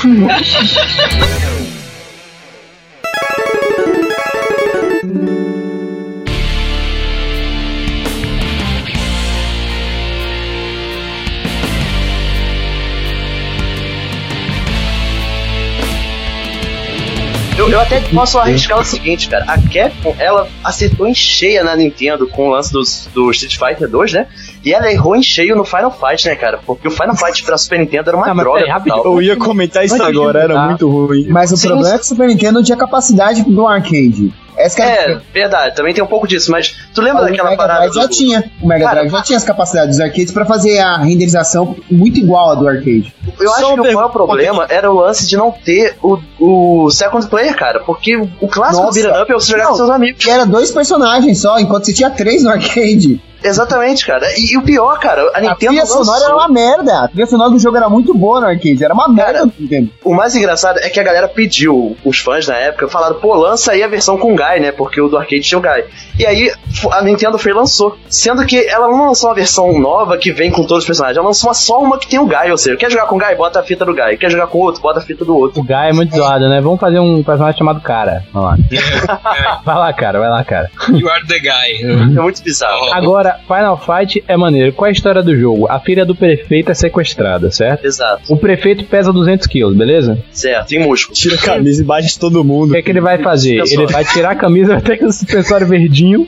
Eu, eu até posso arriscar o seguinte, cara. A Capcom, ela acertou em cheia na Nintendo com o lance dos, do Street Fighter 2, né? E ela errou em cheio no Final Fight, né, cara? Porque o Final Fight pra Super Nintendo era uma
Ah, mas
droga.
peraí, rapidinho.
<laughs>
total.
Eu ia comentar isso agora, era muito ruim.
Mas o problema é que o Super Nintendo não tinha capacidade do arcade. Essa que
É, verdade, também tem um pouco disso, mas tu lembra
O
daquela
Mega
parada
Drive já
do,
tinha. O Mega
Cara,
Drive já tinha as capacidades dos arcades pra fazer a renderização muito igual à do arcade.
Eu acho
Só
que o
pergunta-
maior problema era o lance de não ter o, o second player, cara. Porque o clássico
Nossa.
do beat'em up é você jogar com
Não.
seus amigos.
Que era dois personagens só, enquanto você tinha três no arcade.
Exatamente, cara. E, e o pior, cara, a
A
Nintendo
trilha
lançou-
sonora era uma merda. A trilha sonora do jogo era muito boa no arcade. Era uma merda no Nintendo.
O mais engraçado é que a galera pediu, os fãs na época, falaram, pô, lança aí a versão com Guy, né? Porque o do arcade tinha o Guy. E aí f- a Nintendo foi e lançou. Sendo que ela não lançou uma versão nova que vem com todos os personagens, ela lançou uma, só uma que tem o Guy, ou seja, quer jogar com o Guy, bota a fita do Guy. Quer jogar com outro, bota a fita do outro.
O Gaio é muito zoado, né? Vamos fazer um personagem chamado Cara. Vamos lá. Vai lá, cara, vai lá, cara.
You are the
<laughs>
guy.
É muito bizarro.
Agora, Final Fight é maneiro. Qual é a história do jogo? A filha do prefeito é sequestrada, certo?
Exato,
O prefeito pesa 200 quilos, beleza?
certo, tem músculo.
Tira a camisa e bate todo
O
mundo.
que, é que ele vai fazer? Ele vai tirar a camisa até que o suspensório é verdinho.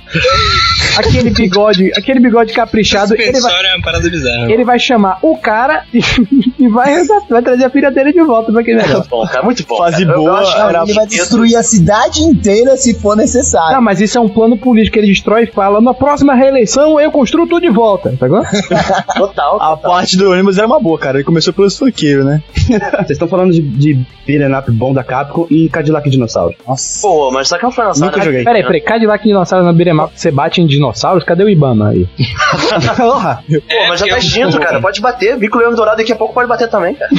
Aquele bigode, aquele bigode caprichado, ele vai,
Suspensório é uma parada bizarra.
ele vai chamar o cara e, <laughs> e vai, vai trazer a filha dele de volta pra aquele negócio.
Muito
Uhum.
bom, cara, muito bom.
Fase
cara. Eu- eu
boa,
acho-
era-
Ele vai destruir a cidade inteira se for necessário.
Não, mas isso é um plano político. Ele destrói e fala: na próxima reeleição eu construo tudo de volta. Tá bom?
Total.
A parte do ônibus era uma boa, cara. Ele começou pelos funkeiros, né? Vocês estão falando de, de beat'em up bom da Capcom e Cadillac Dinossauro.
Nossa.
Pô, mas só que é um Final
Nunca
Fantasy, né?
joguei.
Peraí, peraí, Cadillac e dinossauro na Biremap, você bate em dinossauros? Cadê o Ibama aí?
Porra,
Pô, mas já
É,
tá
eu-
extinto, cara. Pode bater. Bico Leão Dourado daqui a pouco pode bater também, cara.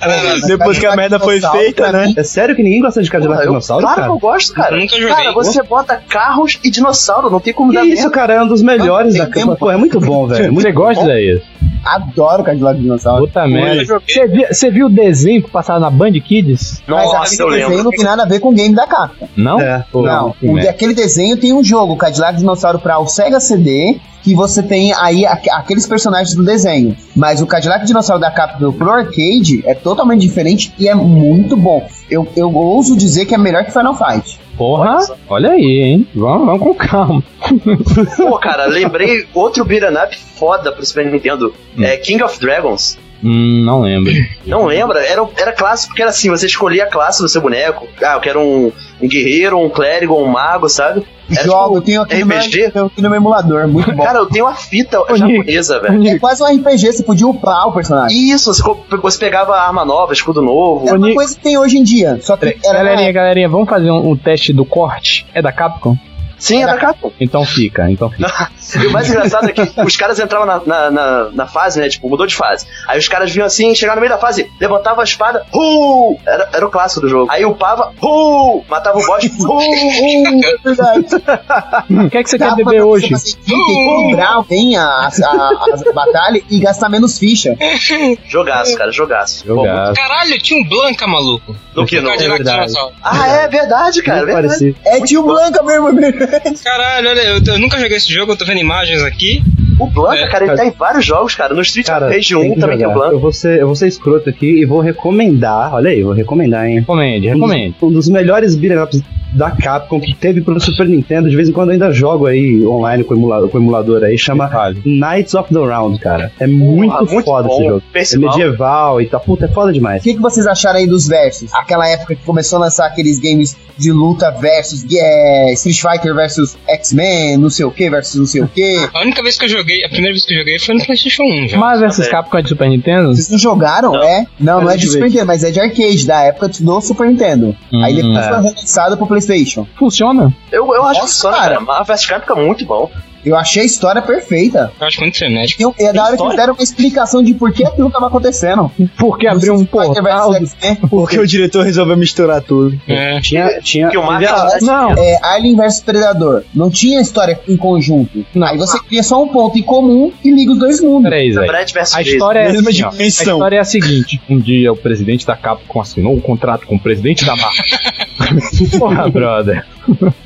Ah, não, não,
depois que a merda foi
tá Dinossauro,
feita, né? É sério que ninguém gosta de Cadillac
Eu-
Dinossauro,
claro
cara?
que eu gosto, cara.
Nunca joguei.
Cara, você bota carros e dinossauro, não tem como
Que
dar
isso, cara, é um dos melhores da Capcom. Pô, é muito bom, velho. Muito
Você gosta
bom.
daí?
Adoro Cadillac Dinossauro.
Puta merda. Você viu, você viu o desenho que passava na Band Kids?
Mas aquele desenho não tem nada a ver com o game da Capcom.
Não?
É,
Pô, é né?
não,
que
o de,
merda.
aquele desenho tem um jogo, Cadillac Dinossauro para o Sega CD, que você tem aí aqu- aqueles personagens do desenho. Mas o Cadillac Dinossauro da Capcom pro arcade é totalmente diferente e é muito bom. Eu, eu ouso dizer que é melhor que Final Fight.
Porra, olha aí, hein? Vamos, vamos com calma.
Pô, cara, lembrei outro beat'em up foda pro Super Nintendo. É King of Dragons.
Hum, não lembro.
<laughs> Não
é,
lembra? Era, era classe, porque era assim, você escolhia a classe do seu boneco. Ah, eu quero um, um guerreiro, um clérigo, um mago, sabe?
É
Era
Jogo, eu
tipo
tenho aqui, no meu,
RPG?
tenho aqui no meu emulador, muito
tipo,
bom.
cara, eu tenho uma fita
Ô, Nick,
japonesa, velho.
é quase um RPG, você podia upar o personagem.
E Isso, você, co- você pegava arma nova, escudo novo.
É uma coisa que tem hoje em dia, só que era na <laughs>
Galerinha, galerinha, vamos fazer um, um teste do corte? É da Capcom?
Sim, era Capcom.
Então fica, então fica.
E o mais engraçado é que os caras entravam na, na, na- na fase, né? Tipo, mudou de fase. Aí os caras vinham assim, chegavam no meio da fase, levantava a espada, uh! era, era o clássico do jogo. Aí upava, uh! matava o boss, uh! uh!
Hum.
O que é que você
Dá
quer
pra
beber
você
hoje?
fazer isso, Tem que equilibrar bem a, a, a- a batalha e gastar menos ficha.
Jogaço, cara, jogaço. Bom,
Jogar.
Caralho, tinha um Blanca, maluco.
do que
É
No
não.
Cadillac Dinossauro.
Ah, é verdade, cara. Verdade.
Parecido.
É tio Blanca mesmo. né?
Caralho, olha, eu, eu nunca joguei esse jogo, eu tô vendo imagens aqui.
O Blanca,
É,
cara, ele tá em vários jogos, cara. No Street
Cara,
Page
tem
1
que
também tem o
jogar.
Blanca.
Eu vou, ser, eu vou ser escroto aqui e vou recomendar. Olha aí, vou recomendar, hein?
Recomende,
Um dos-
recomende.
Um dos melhores beat'em ups da Capcom que teve pro Super Nintendo. De vez em quando eu ainda jogo aí online com o emulador, com o emulador aí. Chama Knights of the Round, cara. É muito,
Ah, muito
foda
bom.
esse jogo. É
Percival.
medieval e tal. Puta, é foda demais.
O que, que vocês acharam aí dos versos? Aquela época que começou a lançar aqueles games de luta versus é, Street Fighter versus X-Men, não sei o que versus não sei o que.
A única vez que eu joguei, a primeira vez que eu joguei foi no PlayStation 1, velho.
Mas versus
É.
Capcom é de Super Nintendo?
Vocês não jogaram?
Não.
É? Não, não é de
Deixa eu ver
Super Nintendo, mas é de arcade, da época do Super Nintendo. aí depois
é.
foi lançado pro PlayStation.
Funciona?
Eu, eu acho que
Nossa,
funciona,
cara.
cara. Mas A Vest Capcom é muito bom.
Eu achei a história perfeita.
Eu acho muito frenético.
E eu- é da hora que
história?
deram uma explicação de por que aquilo tava acontecendo.
Porque abriu um
Street Fighter versus
portal.
X-Men.
<laughs> Porque o diretor resolveu misturar tudo.
É.
Tinha, tinha
Que o Mark
Não,
é, Alien versus Predador. Não tinha história em conjunto.
Não.
Aí você cria só um ponto em comum e liga os dois mundos.
peraí, Zé.
Brad vs
A
Jason.
história, é
mesma
assim, ó. a
dimensão.
história é a seguinte: um dia o presidente da Capcom assinou um contrato com o presidente da marca. Porra, brother.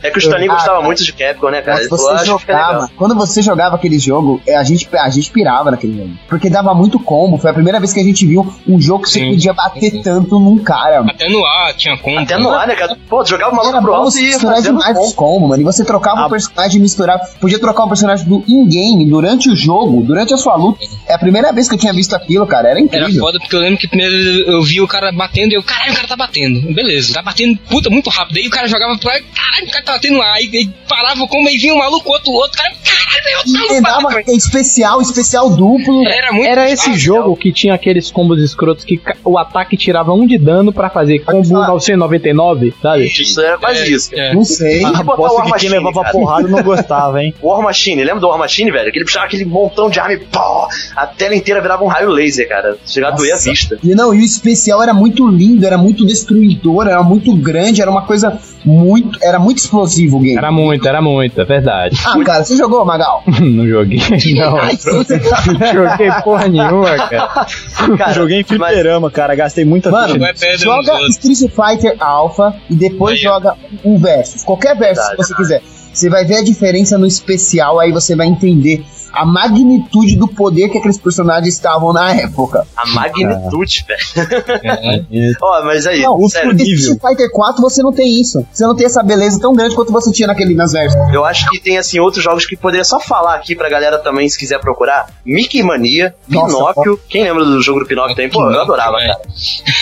É que o Stanley
Ah,
gostava
cara.
muito de Capcom, né, cara?
Mas
Ele falou,
você
"Ah, acho que fica legal."
jogava, quando você jogava aquele jogo, é, a gente, a gente pirava naquele jogo. Porque dava muito combo. Foi a primeira vez que a gente viu um jogo que você
Sim.
podia bater tanto num cara. mano.
Até no ar tinha compra.
Até no ar, né, cara? Pô, tu jogava o maluco
Era
pro
bom
alto
você
e ia
misturar
fazendo
demais os
combo.
combos, mano. E você
Ah.
trocava o personagem e misturava. Podia trocar o personagem do in-game durante o jogo, durante a sua luta. É a primeira vez que eu tinha visto aquilo, cara. Era
Era
incrível.
foda porque eu lembro que primeiro eu vi o cara batendo e eu, caralho, o cara tá batendo. Beleza, tá batendo puta muito rápido. Aí o cara jogava pra caralho, o cara tá batendo no ar. Aí, aí parava como aí vinha um maluco, outro, outro, cara, caralho, meu tá outro
E
maluco
emendava
batendo.
especial, especial duplo.
Era muito é,
Era esse
bizarro.
jogo que tinha aqueles combos escrotos que ca- o ataque tirava um de dano pra fazer combo
falar.
999, sabe?
Isso era quase isso.
É.
Não sei.
Tinha que botar o War
Aposto é que quem
Machine,
levava
cara.
porrada não gostava, hein?
O War Machine, lembra do War Machine, velho? Que ele puxava aquele montão de arma e pó! A tela inteira virava um raio laser, cara. Chegava a doer a
Nossa.
vista.
E não, e o especial era muito lindo, era muito destruidor, era muito grande, era uma coisa muito. Era muito explosivo o game.
Era muito, era muito, é verdade. <laughs>
Ah, cara, você jogou, Magal?
Não joguei, não.
<laughs> Ai, você-
joguei porra nenhuma, cara.
<laughs> Cara,
Joguei em
mas
fliperama, cara. Gastei muita
Mano,
ficha.
Vai pedra nos
joga
outros.
Street Fighter Alpha e depois
Aí, ó.
joga um versus. Qualquer versus que
Verdade.
você quiser. Você vai ver a diferença no especial, aí você vai entender a magnitude do poder que aqueles personagens estavam na época.
a magnitude, velho.
É.
Ó, mas aí,
Não, o
sério,
Street Fighter 4 você não tem isso. Você não tem essa beleza tão grande quanto você tinha naquele, nas versus.
eu acho que tem, assim, outros jogos que poderia só falar aqui pra galera também, se quiser procurar. Mickey Mania,
Nossa,
Pinóquio. Quem lembra do jogo do Pinóquio também? Pô, eu
Pinóquio,
adorava,
velho.
cara.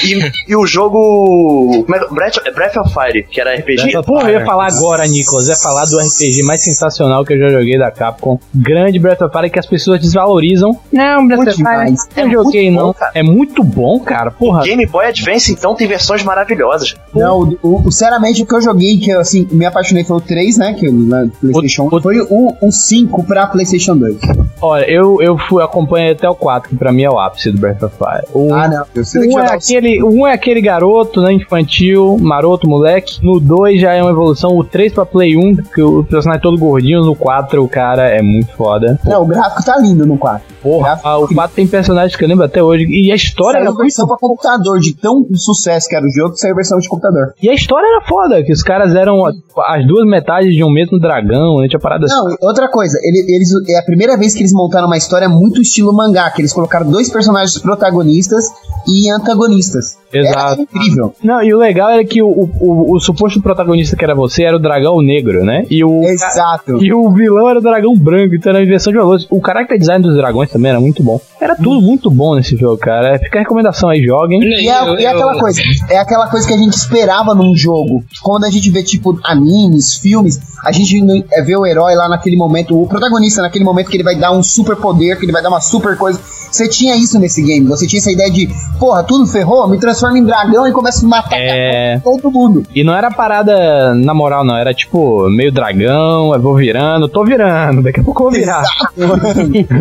E, e o jogo... Como é que- Breath, Breath of Fire, que era RPG.
Porra, eu ia falar agora, Nicolas, ia falar do RPG mais sensacional que eu já joguei da Capcom. Grande Breath of Fire que as pessoas desvalorizam. Não, Breath
Muito
of Fire,
demais.
não joguei
muito bom,
não.
cara.
É muito bom, cara, porra.
Game Boy Advance, então, tem versões maravilhosas.
Não, o- o, o- sinceramente, o que eu joguei, que eu assim, me apaixonei foi o 3, né? Que eu, na PlayStation 1. Foi o, o 5 pra PlayStation 2.
Olha, eu, eu fui acompanhei até o 4, que pra mim é o ápice do Breath of Fire. O,
Ah, não. Eu sei que
um, é
jogar o
aquele, um é aquele garoto, né, infantil, maroto, moleque. No 2 um, já é uma evolução. O 3 pra Play 1, que o personagem é todo gordinho. No 4 o cara é muito foda.
Não, o gráfico tá lindo no 4.
Porra,
Gráfico
ah, o 4 tem personagens que eu lembro até hoje. E a história era
Saiu versão pra computador, de tão sucesso que era o jogo, que saiu versão de computador.
E a história era foda, que os caras eram a- as duas metades de um mesmo dragão, né? Tinha parada assim.
Não, outra coisa, ele- eles, é a primeira vez que eles montaram uma história muito estilo mangá, que eles colocaram dois personagens protagonistas e antagonistas.
Exato.
É incrível.
assim. Não, e o legal era que o, o, o- o suposto protagonista que era você era o dragão negro, né? E o,
É Exato.
e o vilão era o dragão branco, então era a inversão de valores. O character design dos dragões também era muito bom. Era tudo muito bom nesse jogo, cara. É, Fica a recomendação aí, joguem.
Olha aí,
E é,
eu-
e é aquela
eu-
coisa, é aquela coisa que a gente esperava num jogo. Quando a gente vê, tipo, animes, filmes, a gente não- é, vê o herói lá naquele momento, o protagonista naquele momento que ele vai dar um super poder, que ele vai dar uma super coisa. Você tinha isso nesse game, você tinha essa ideia de, porra, tudo ferrou, me transforma em dragão e começa a matar
É.
todo mundo.
E não era parada na moral, não. Era tipo, meio dragão, eu vou virando, tô virando, daqui a pouco eu vou virar.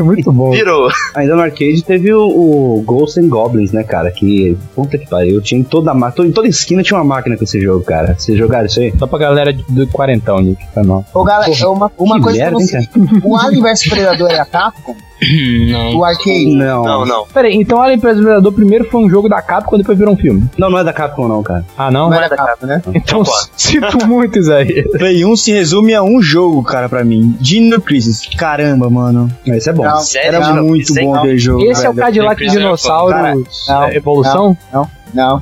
muito bom.
Virou.
Ainda no arcade teve o, o Ghosts and Goblins, né, cara? Que puta que pariu. Tinha em toda, ma- to- em toda esquina tinha uma máquina com esse jogo, cara. Vocês jogaram isso aí?
Só pra galera do quarentão, Nick, pra não.
Ô, galera, é uma, uma
que
coisa
merda, hein,
que eu não sei. O Alien vs Predador era Capcom?
Não.
O arcade?
Não,
Não, não.
Pera aí, então Alien vs Predador primeiro foi um jogo da Capcom, depois virou um filme.
não, não é da Capcom, não, cara.
Ah, não?
Não era Capcom, né?
Então <laughs>
pode.
cito muitos aí.
Play 1 se resume a um jogo, cara, pra mim. Dino Crisis. Caramba, mano.
Mas isso é bom.
Não,
Era
não,
muito
Crisis,
bom
hein?
aquele jogo.
Esse é o
velho.
Cadillac
Sempre
Dinossauro
Não,
Evolução?
não.
Não.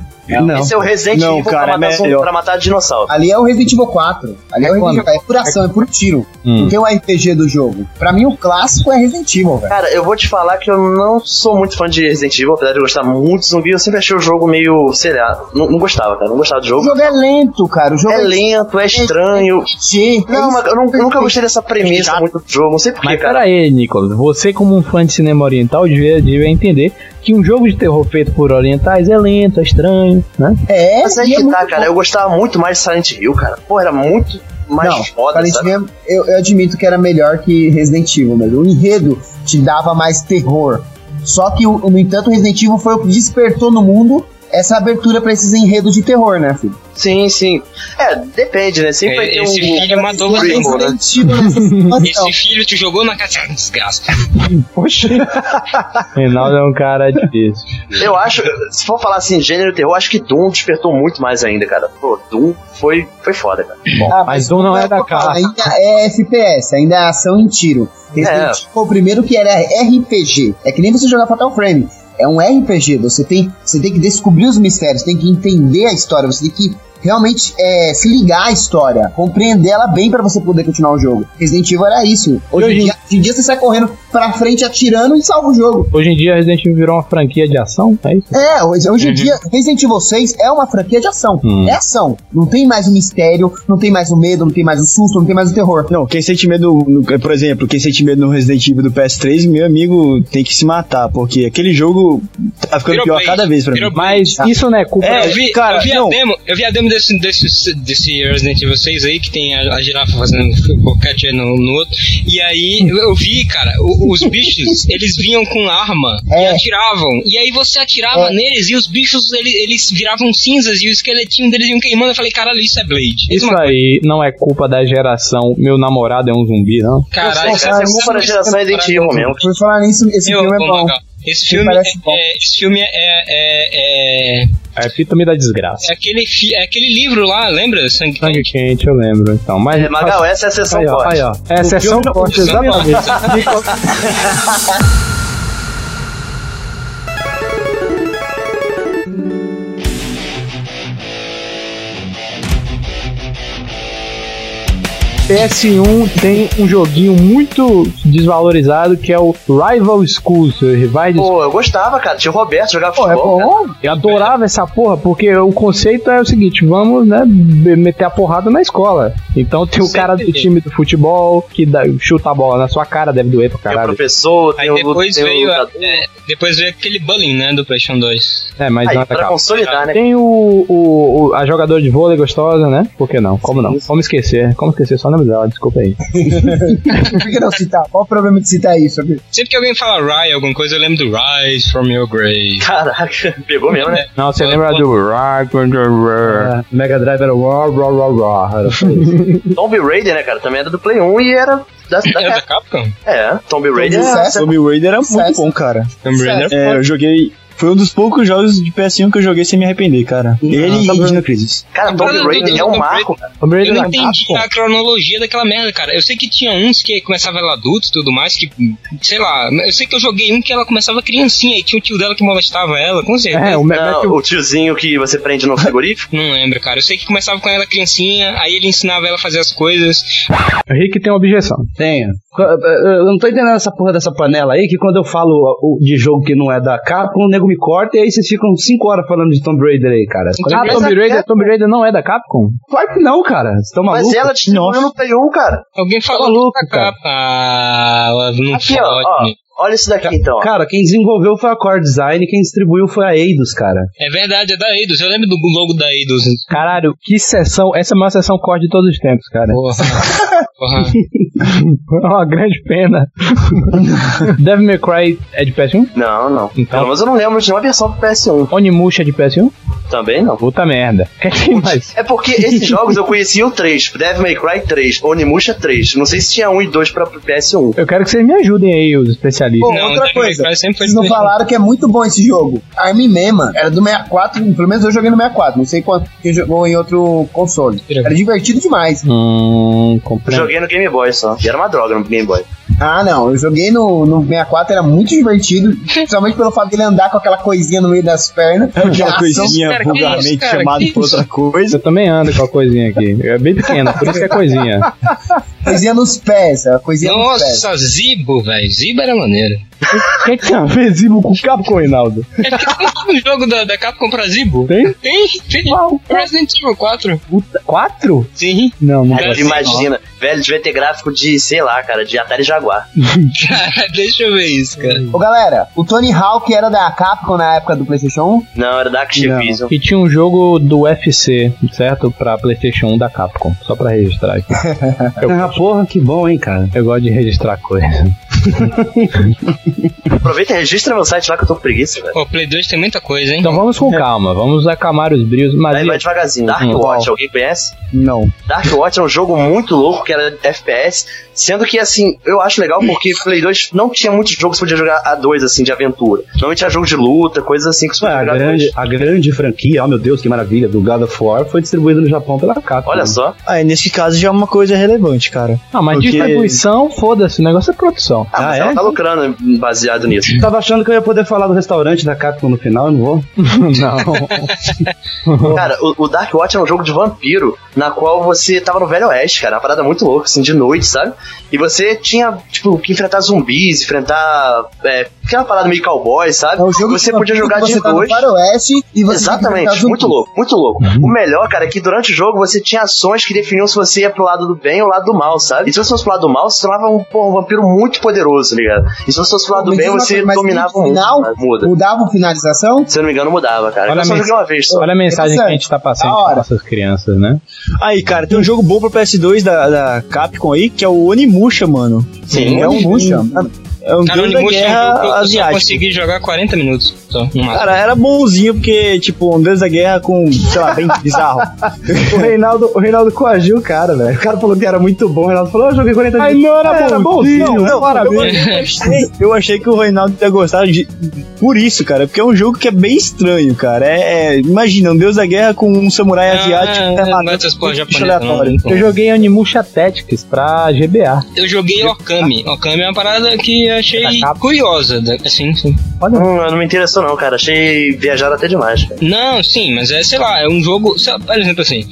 Esse é o Resident
Não,
Evil
cara,
pra, matar,
é
zumbi-
melhor.
pra matar dinossauro.
Ali é o Resident Evil 4. Ali é, o Resident Evil, é por ação, é por tiro. Não tem o RPG do jogo. Pra mim, o clássico é Resident Evil, velho.
Cara, eu vou te falar que eu não sou muito fã de Resident Evil, apesar de eu gostar muito de zumbi, eu sempre achei o jogo meio, sei lá, não, não gostava, cara, não gostava do
O
jogo.
jogo é lento, cara. O jogo
É
é,
lento, é estranho.
lento.
Não, mas eu, nu- eu nunca gostei dessa premissa muito do jogo, não sei porquê,
Mas
cara.
peraí, Nicolas, você como um fã de cinema oriental devia, devia entender que um jogo de terror feito por orientais é lento, é estranho, né?
É,
Mas aí
e é
que
muito
tá, cara, eu gostava muito mais de Silent Hill, cara. Pô, era muito mais
Não,
foda,
Silent
sabe?
Hill, eu, eu admito que era melhor que Resident Evil, mas o enredo te dava mais terror. Só que, o- no entanto, Resident Evil foi o que despertou no mundo essa abertura pra esses enredos de terror, né,
<laughs>
filho?
Sim, sim. É, depende, né? Sempre vai ter
Esse
um.
filho matou você.
Primo, né?
Resident Evil nessa situação.
Esse filho te jogou na casa. Desgraça.
Reinaldo é um cara difícil.
Eu acho, se for falar assim, gênero terror, acho que Doom despertou muito mais ainda, cara. Pô, Doom foi, foi foda, cara.
Ah,
Mas Doom não é da casa.
Ainda é FPS, ainda é ação em tiro.
É.
Resident Evil foi o primeiro que era RPG. É que nem você jogar Fatal Frame. É um RPG, você tem, você tem que descobrir os mistérios, tem que entender a história, você tem que realmente é, se ligar à história, compreender ela bem pra você poder continuar o jogo. Resident Evil era isso. Hoje, em dia, hoje em dia você sai correndo pra frente atirando e salva o jogo.
Hoje em dia Resident Evil virou uma franquia de ação, é isso?
É, hoje, hoje em dia, Resident Evil 6 é uma franquia de ação.
Hum.
É ação. Não tem mais o mistério, não tem mais o medo, não tem mais o susto, não tem mais o terror.
Não, quem sente medo, no- por exemplo, quem sente medo no Resident Evil do PS3, meu amigo tem que se matar, porque aquele jogo tá ficando
Virou
pior a
Blade,
cada vez pra
virou
mim.
Mas isso não é culpa
É,
eu vi,
cara,
eu vi
não.
a demo, eu vi a demo desse, desse, desse Resident Evil 6 aí, que tem a, a girafa fazendo boquete no, no outro. E aí eu, eu vi, cara, o- os bichos, eles vinham com arma e
É.
atiravam. E aí você atirava neles e os bichos, eles, eles viravam cinzas e o esqueletinho deles iam queimando. Eu falei, caralho, isso é Blade.
Isso aí não é culpa da geração meu namorado é um zumbi, não.
Caralho,
Essa é culpa da geração Resident Evil mesmo.
Por falar nisso, esse
É um Eu,
filme é bom.
Esse filme,
parece bom.
é, é- esse filme é, é, é,
É epítome da desgraça.
é aquele, fi- é aquele livro lá, lembra? Sangue
Sangue quente, eu lembro, então. Mas,
É, Magal, essa é a sessão
aí, ó,
forte.
aí, ó. É a sessão forte, exatamente.
<laughs>
PS1 tem um joguinho muito desvalorizado que é o Rival Schools, Rivais
Pô, eu gostava, cara. Tinha o Roberto jogava
Pô, é
futebol. cara.
bom. Eu adorava essa porra, porque o conceito é o seguinte: vamos, né, be- meter a porrada na escola. Então tem o
Sempre
cara do
tem.
time do futebol que dá- chuta a bola na sua cara, deve doer pra
Tem o
caralho.
professor,
Aí
tem o lu-
depois
tem o
veio, a,
lutador.
é, depois veio aquele bullying, né, do PlayStation 2.
É, mas não
Aí,
é
pra
calma.
consolidar, né?
Tem o, o- o- a jogadora de vôlei gostosa, né? Por que não? Como não? Como esquecer? Como esquecer? Só o nome dela, desculpa aí.
Por que não citar? Qual o problema de citar isso?
Sempre que alguém fala Rai alguma coisa, eu lembro do Rise from Your Grave.
<laughs>
Caraca, pegou mesmo,
<laughs>
né?
Não, você lembra do.
É, Mega Drive era raw, raw, raw, raw. Era-
Tomb Raider, né, cara? Também era do Play 1 e era
um da, da,
É da Capcom?
É, Tomb Raider.
É,
é,
Tomb Raider era muito
Sucesso.
bom, cara.
Tomb Raider
É, eu joguei. Foi um dos poucos jogos de PS1 que eu joguei sem me arrepender, cara. Ele e Dino Crisis.
cara, Tomb
Tomb
Raider
Raider
é um
Tomb
marco. cara.
Tomb
Eu
Raider
não
na
entendi
Capcom.
a cronologia daquela merda, cara. Eu sei que tinha uns que começava ela adulto e tudo mais, que, sei lá, eu sei que eu joguei um que ela começava criancinha e tinha o tio dela que molestava ela, com
<laughs>
certeza.
É, o Me-
Não,
Metal
o tiozinho que você prende no frigorífico.
Não lembro, cara. Eu sei que começava com ela criancinha, aí ele ensinava ela a fazer as coisas.
O Rick É tem uma objeção.
Tenho. Eu não tô entendendo essa porra dessa panela aí, que quando eu falo o- de jogo que não é da Capcom, o nego me corta e aí vocês ficam 5 horas falando de Tomb Raider aí, cara.
Tomb
Ah,
Raider-
Tomb Raider, Tomb Raider não é da Capcom?
Claro que não, cara. Vocês estão
Mas
malucos?
ela distribuiu no Play 1, cara.
Alguém falou
maluco,
que tá capa. Ah, ela não
Aqui, ó, ó.
pode.
Olha isso daqui então. ó.
Cara, quem desenvolveu foi a Core Design, quem distribuiu foi a Eidos, cara.
É verdade, é da Eidos. Eu lembro do logo da Eidos.
Caralho, que sessão. Essa é a maior sessão corte de todos os tempos, cara.
Porra. Porra.
É <laughs> uma grande
<laughs>
pena. Devil May Cry é de PS1?
Não, não.
Então-
Pelo menos eu não lembro de nenhuma versão do PS1.
Onimusha é de PS1?
Também não.
Puta merda. <laughs> Quer que mais?
É porque
<laughs>
esses jogos eu conhecia o 3, Devil May Cry 3, Onimusha 3. Não sei se tinha 1 e 2 pra PS1.
Eu quero que vocês me ajudem aí, os especialistas.
Bom,
Não,
outra
Devil May
coisa.
Cry sempre foi
Vocês não
diferente.
falaram que é muito bom esse jogo. Army Mema era do 64, pelo menos eu joguei no 64. Não sei quanto que jogou em outro console. Era divertido demais.
Hum,
Eu
comprei.
Joguei no Game Boy só. E era uma droga no Game Boy.
Ah, não. Eu joguei no, no 64, era muito
<laughs>
divertido. Principalmente pelo fato dele andar com aquela coisinha no meio das pernas.
Aquela
Ação.
coisinha
cara, que isso,
vulgarmente
cara,
chamada
que
por outra coisa.
Eu também ando com a coisinha aqui. É bem pequena, por isso que é coisinha.
Coisinha nos pés. A coisinha nos pés.
Nossa, Zibo, velho. Zibo era maneiro.
O é que, que tem a ver Zibo com Capcom, Reinaldo?
É porque tem um jogo da, da Capcom pra Zibo?
Tem?
Tem, tem. Resident Evil 4.
Puta, quatro?
Sim.
Não, não.
É,
Cara,
sim,
imagina, velho, devia ter gráfico de, sei lá, cara, de Atari Jaguar.
Cara, <laughs> deixa eu ver isso, cara.
Ô galera, o Tony Hawk era da Capcom na época do PlayStation 1?
Não, era da Activision.
E tinha um jogo do UFC, certo? Pra Playstation 1 da Capcom. Só pra registrar aqui.
Ah, porra, que bom, hein, cara.
Eu gosto de registrar coisa.
Aproveita e registra meu site lá que eu tô com preguiça, velho.
Pô, Play 2 tem muita coisa, hein?
Então vamos com calma, vamos acalmar os brios. Mas
Aí vai devagarzinho. Dark
Hum.
Watch, alguém conhece?
Não.
Dark Watch é um jogo muito louco que era FPS, sendo que assim, eu acho legal porque Play 2 não tinha muitos jogos que você podia jogar a dois assim de aventura. Normalmente tinha jogo de luta, coisas assim que você
é
podia
Ah, A
jogar a dois.
grande, a grande franquia, oh meu Deus, que maravilha, do God of War foi distribuída no Japão pela Capcom.
Olha só.
Aí nesse caso já é uma coisa relevante, cara.
Ah, mas
Porque-
distribuição, foda-se, o negócio é produção.
Ah, mas
Ah,
ela
é?
tá lucrando baseado nisso.
Tava achando que eu ia poder falar do restaurante da Capcom no final, eu não vou.
<laughs> não.
Cara, o, o Dark Watch é um jogo de vampiro, na qual você tava no Velho Oeste, cara, uma parada muito louca, assim, de noite, sabe? E você tinha, tipo, que enfrentar zumbis, enfrentar. É, aquela parada meio cowboy, sabe?
É o jogo
você
que
podia jogar
você
de
tá
dois.
no faroeste e você tem que
Exatamente,
enfrentar Uhum.
muito
zumbi.
louco, muito louco. O melhor, cara, é que durante o jogo você tinha ações que definiam se você ia pro lado do bem ou lado do mal, sabe? E se você fosse pro lado do mal, você se tornava um, porra, um vampiro muito poderoso, tá ligado? E se você fosse pro lado do
Me
bem,
diz uma
você
coisa, mas
dominava
no
o mundo.
final,
cara, Muda.
Mudava a finalização?
Se eu não me engano, mudava, cara.
Olha
eu só
a
joguei uma vez só.
Olha a mensagem que a gente tá
Da
passando
hora.
para essas crianças, né?
Aí, cara, tem um jogo bom pro PS2 da, da Capcom aí, que é o Onimusha, mano.
Sim,
é um
Onimusha.
É um
Cara, o
jogo da
Onimusha é um jogo que eu
guerra
só
asiática.
consegui jogar 40 minutos só, no máximo.
Cara, era bonzinho porque, tipo, um deus da guerra com, sei lá, bem bizarro.
<laughs> O Reinaldo, o Reinaldo coagiu o cara, velho. O cara falou que era muito bom, o Reinaldo falou, "Ah, eu joguei É, 40 minutos.
não era,
Não, não, eu achei- Eu achei que o Reinaldo ia gostar de, por isso, cara. Porque é um jogo que é bem estranho, cara. É, é- imagina, um deus da guerra com um samurai
Ah,
asiático.
não
né,
gosto
matando
dessas porra
bicho
japonesa, não,
aleatório.
não.
Eu joguei Animusha Tactics pra GBA.
Ah, Eu joguei Okami. Okami é uma parada que eu achei
Da Capcom?
curiosa, da- assim, sim.
Hum, não me interessou não, cara. Achei viajado até demais, cara.
Não, sim, mas é, sei lá, é um jogo, sei lá, por exemplo assim,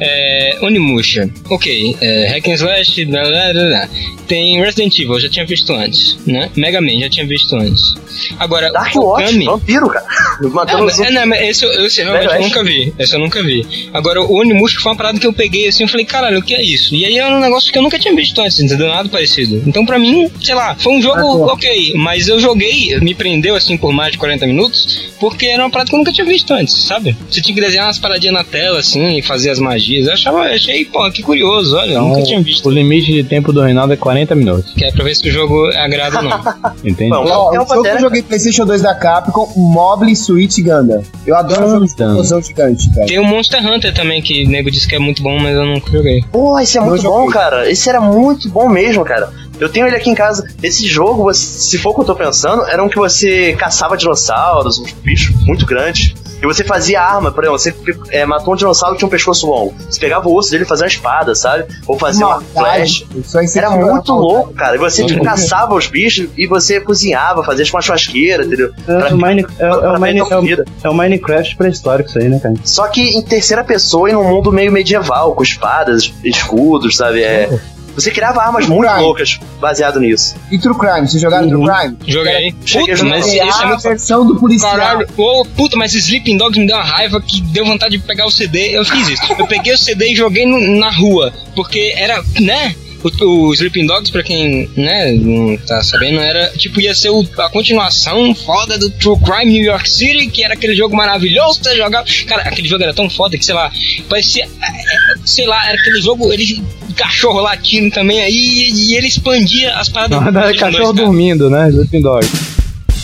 é, Onimusha, ok, é, Hack and Slash, blá, blá, blá, blá. tem Resident Evil, eu já tinha visto antes, né, Mega Man, já tinha visto antes. Agora,
Dark
o
Watch,
Okami...
vampiro, cara.
É,
Matando
mas,
os
é, não, mas esse, eu- esse realmente eu
Oeste.
nunca vi. Esse eu nunca vi. Agora, o Onimusha foi uma parada que eu peguei assim, eu falei, caralho, o que é isso? E aí era um negócio que eu nunca tinha visto antes, entendeu? Nada parecido. Então, pra mim, sei lá, foi um jogo ok, mas eu joguei, me prendeu assim por mais de 40 minutos, porque era uma parada que eu nunca tinha visto antes, sabe? Você tinha que desenhar umas paradinhas na tela, assim, e fazer as magias. Eu achava, eu achei, pô, que curioso, olha, eu Então,
É,
nunca tinha visto.
O limite de tempo do Reinaldo é 40 minutos,
Que é pra ver se o jogo agrada ou não.
entende?
Bom,
Ó,
é
o
uma
jogo que eu
matéria.
joguei Playstation 2 da Capcom, Mobile Suit Gundam. Eu adoro jogo de
Gundam.
explosão gigante, cara.
Tem o Monster Hunter também, que o nego disse que é muito bom, mas eu nunca joguei.
Pô, esse é muito
joguei.
bom, cara. Esse era muito bom mesmo, cara.
Eu tenho ele aqui em casa. Esse jogo, você- se for o que eu tô pensando, era um que você caçava dinossauros, uns bichos muito grandes. E você fazia arma, por exemplo, você eh, matou um dinossauro que tinha um pescoço longo. Você pegava o osso dele e fazia uma espada, sabe? Ou fazia uma flecha.
Isso aí você
Era
tirou da
muito
mão,
louco, cara. E você tipo,
Uhum.
caçava os bichos e você cozinhava, fazia tipo uma churrasqueira, entendeu?
É
Pra-
o, Mine- é, o- é o
pra
Mine-
ter
é o-
comida.
é o Minecraft pré-histórico isso aí, né, cara?
Só que em terceira pessoa e num mundo meio medieval, com espadas, escudos, sabe? É, você criava armas muito
Right.
loucas baseado nisso.
E True Crime, vocês jogaram
Uhum.
True Crime?
Joguei.
Cheguei
Puta,
a
mas
É
isso é
a
muito.
versão do policial.
Caralho, ô, puta, mas Sleeping Dogs me deu uma raiva que deu vontade de pegar o CD. Eu fiz isso. Eu peguei o CD e joguei no- na rua. Porque era, né? O, o Sleeping Dogs, pra quem né, não tá sabendo, era tipo, ia ser o- a continuação foda do True Crime New York City, que era aquele jogo maravilhoso que você jogava. Cara, aquele jogo era tão foda que, sei lá, parecia. é, é, Sei lá, era aquele jogo, ele cachorro latino também aí, e, e ele expandia as paradas. do Sleeping Dogs,
é Cachorro
cara.
dormindo, né? Sleeping Dog.
Caralho.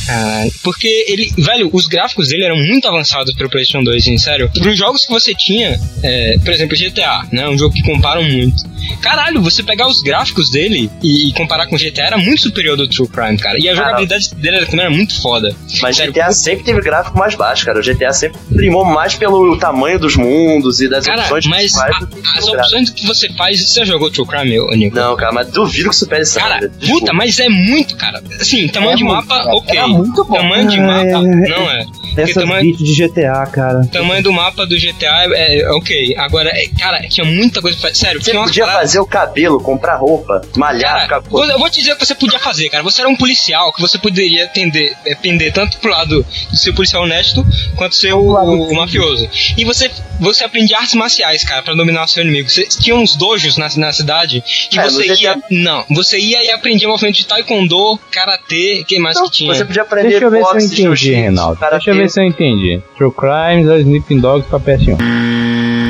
Ah, Porque ele, velho, os gráficos dele eram muito avançados pro PlayStation 2, hein, sério. Para os jogos que você tinha, é, por exemplo, GTA, né, um jogo que comparam muito. Caralho, você pegar os gráficos dele e comparar com GTA era muito superior do True Crime, cara. E a
Caralho.
jogabilidade dele era- também era muito foda.
Mas
Sério,
GTA sempre teve gráfico mais baixo, cara. O GTA sempre primou mais pelo tamanho dos mundos e das
Cara,
opções
mas
principais
a-
do que pelo
as
gráfico.
opções que você faz, você já jogou True Crime, ô, Nico?
Não, cara, mas duvido que supere isso.
Cara,
cara. Desculpa.
puta, mas é muito, cara. Assim, tamanho
É
de
muito,
mapa,
cara.
ok.
Era muito bom.
Tamanho de
Ah,
mapa,
é.
não é. Porque
Essas
tamanho-
beats de GTA, cara.
O tamanho do mapa do GTA é, é ok. Agora, é, cara, tinha muita coisa pra Sério,
Você
tinha umas
podia
paradas-
fazer o cabelo, comprar roupa, malhar,
Cara,
ficar
vou- eu vou te dizer o que você podia fazer, cara. Você era um policial que você poderia tender, é, pender tanto pro lado de ser policial honesto quanto ser o, o mafioso. E você, você aprendia artes marciais, cara, pra dominar o seu inimigo. Você tinha uns dojos na, na cidade que
É, no
você
GTA.
ia. Não, você ia e aprendia movimento de taekwondo, karatê, que mais
Não,
que tinha.
Então, Você podia aprender
Deixa eu ver se eu
boxe,
entendi,
jiu-jitsu,
Reinaldo. Deixa eu
karatê.
ver se eu entendi. True Crimes ou Sleeping Dogs pra PS1.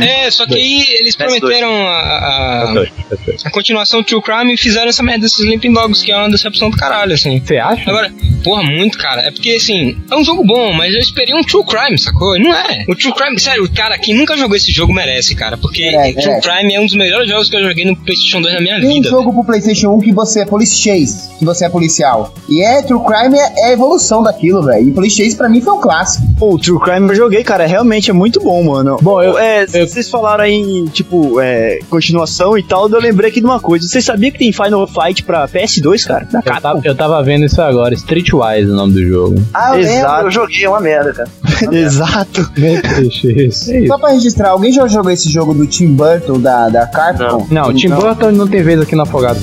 É, só que aí eles
Dois.
prometeram a- a, a,
Dois, dois.
a continuação do True Crime e fizeram essa merda desses Sleeping Dogs, que é uma decepção do caralho, assim.
Você acha?
Agora, porra, muito, cara. É porque, assim, é um jogo bom, mas eu esperei um True Crime, sacou? E Não é. O True Crime, sério, cara, quem nunca jogou esse jogo merece, cara. Porque
Merece,
True
merece.
Crime é um dos melhores jogos que eu joguei no PlayStation 2 na minha
Tem um
vida.
jogo pro Playstation 1 que você é Police Chase, que você é policial. E é, True Crime é, é a evolução daquilo, velho. E Police Chase pra mim foi um clássico.
Pô, o True Crime eu joguei, cara. Realmente é muito bom, mano. Bom, eu, é, vocês falaram aí em, tipo, é, continuação e tal. Eu lembrei aqui de uma coisa. Vocês sabiam que tem Final Fight pra PS2, cara? Da
Eu
Capcom.
tava, eu tava vendo isso agora, Streetwise é o nome do jogo.
Ah, eu
Exato.
lembro, eu joguei, é uma merda, cara. <laughs>
Exato.
<laughs> Meu Deus, isso. É isso.
Só pra registrar, alguém já jogou esse jogo do Tim Burton, da, da Capcom? Então,
Não, Tim Burton não tem vez aqui no Afogado.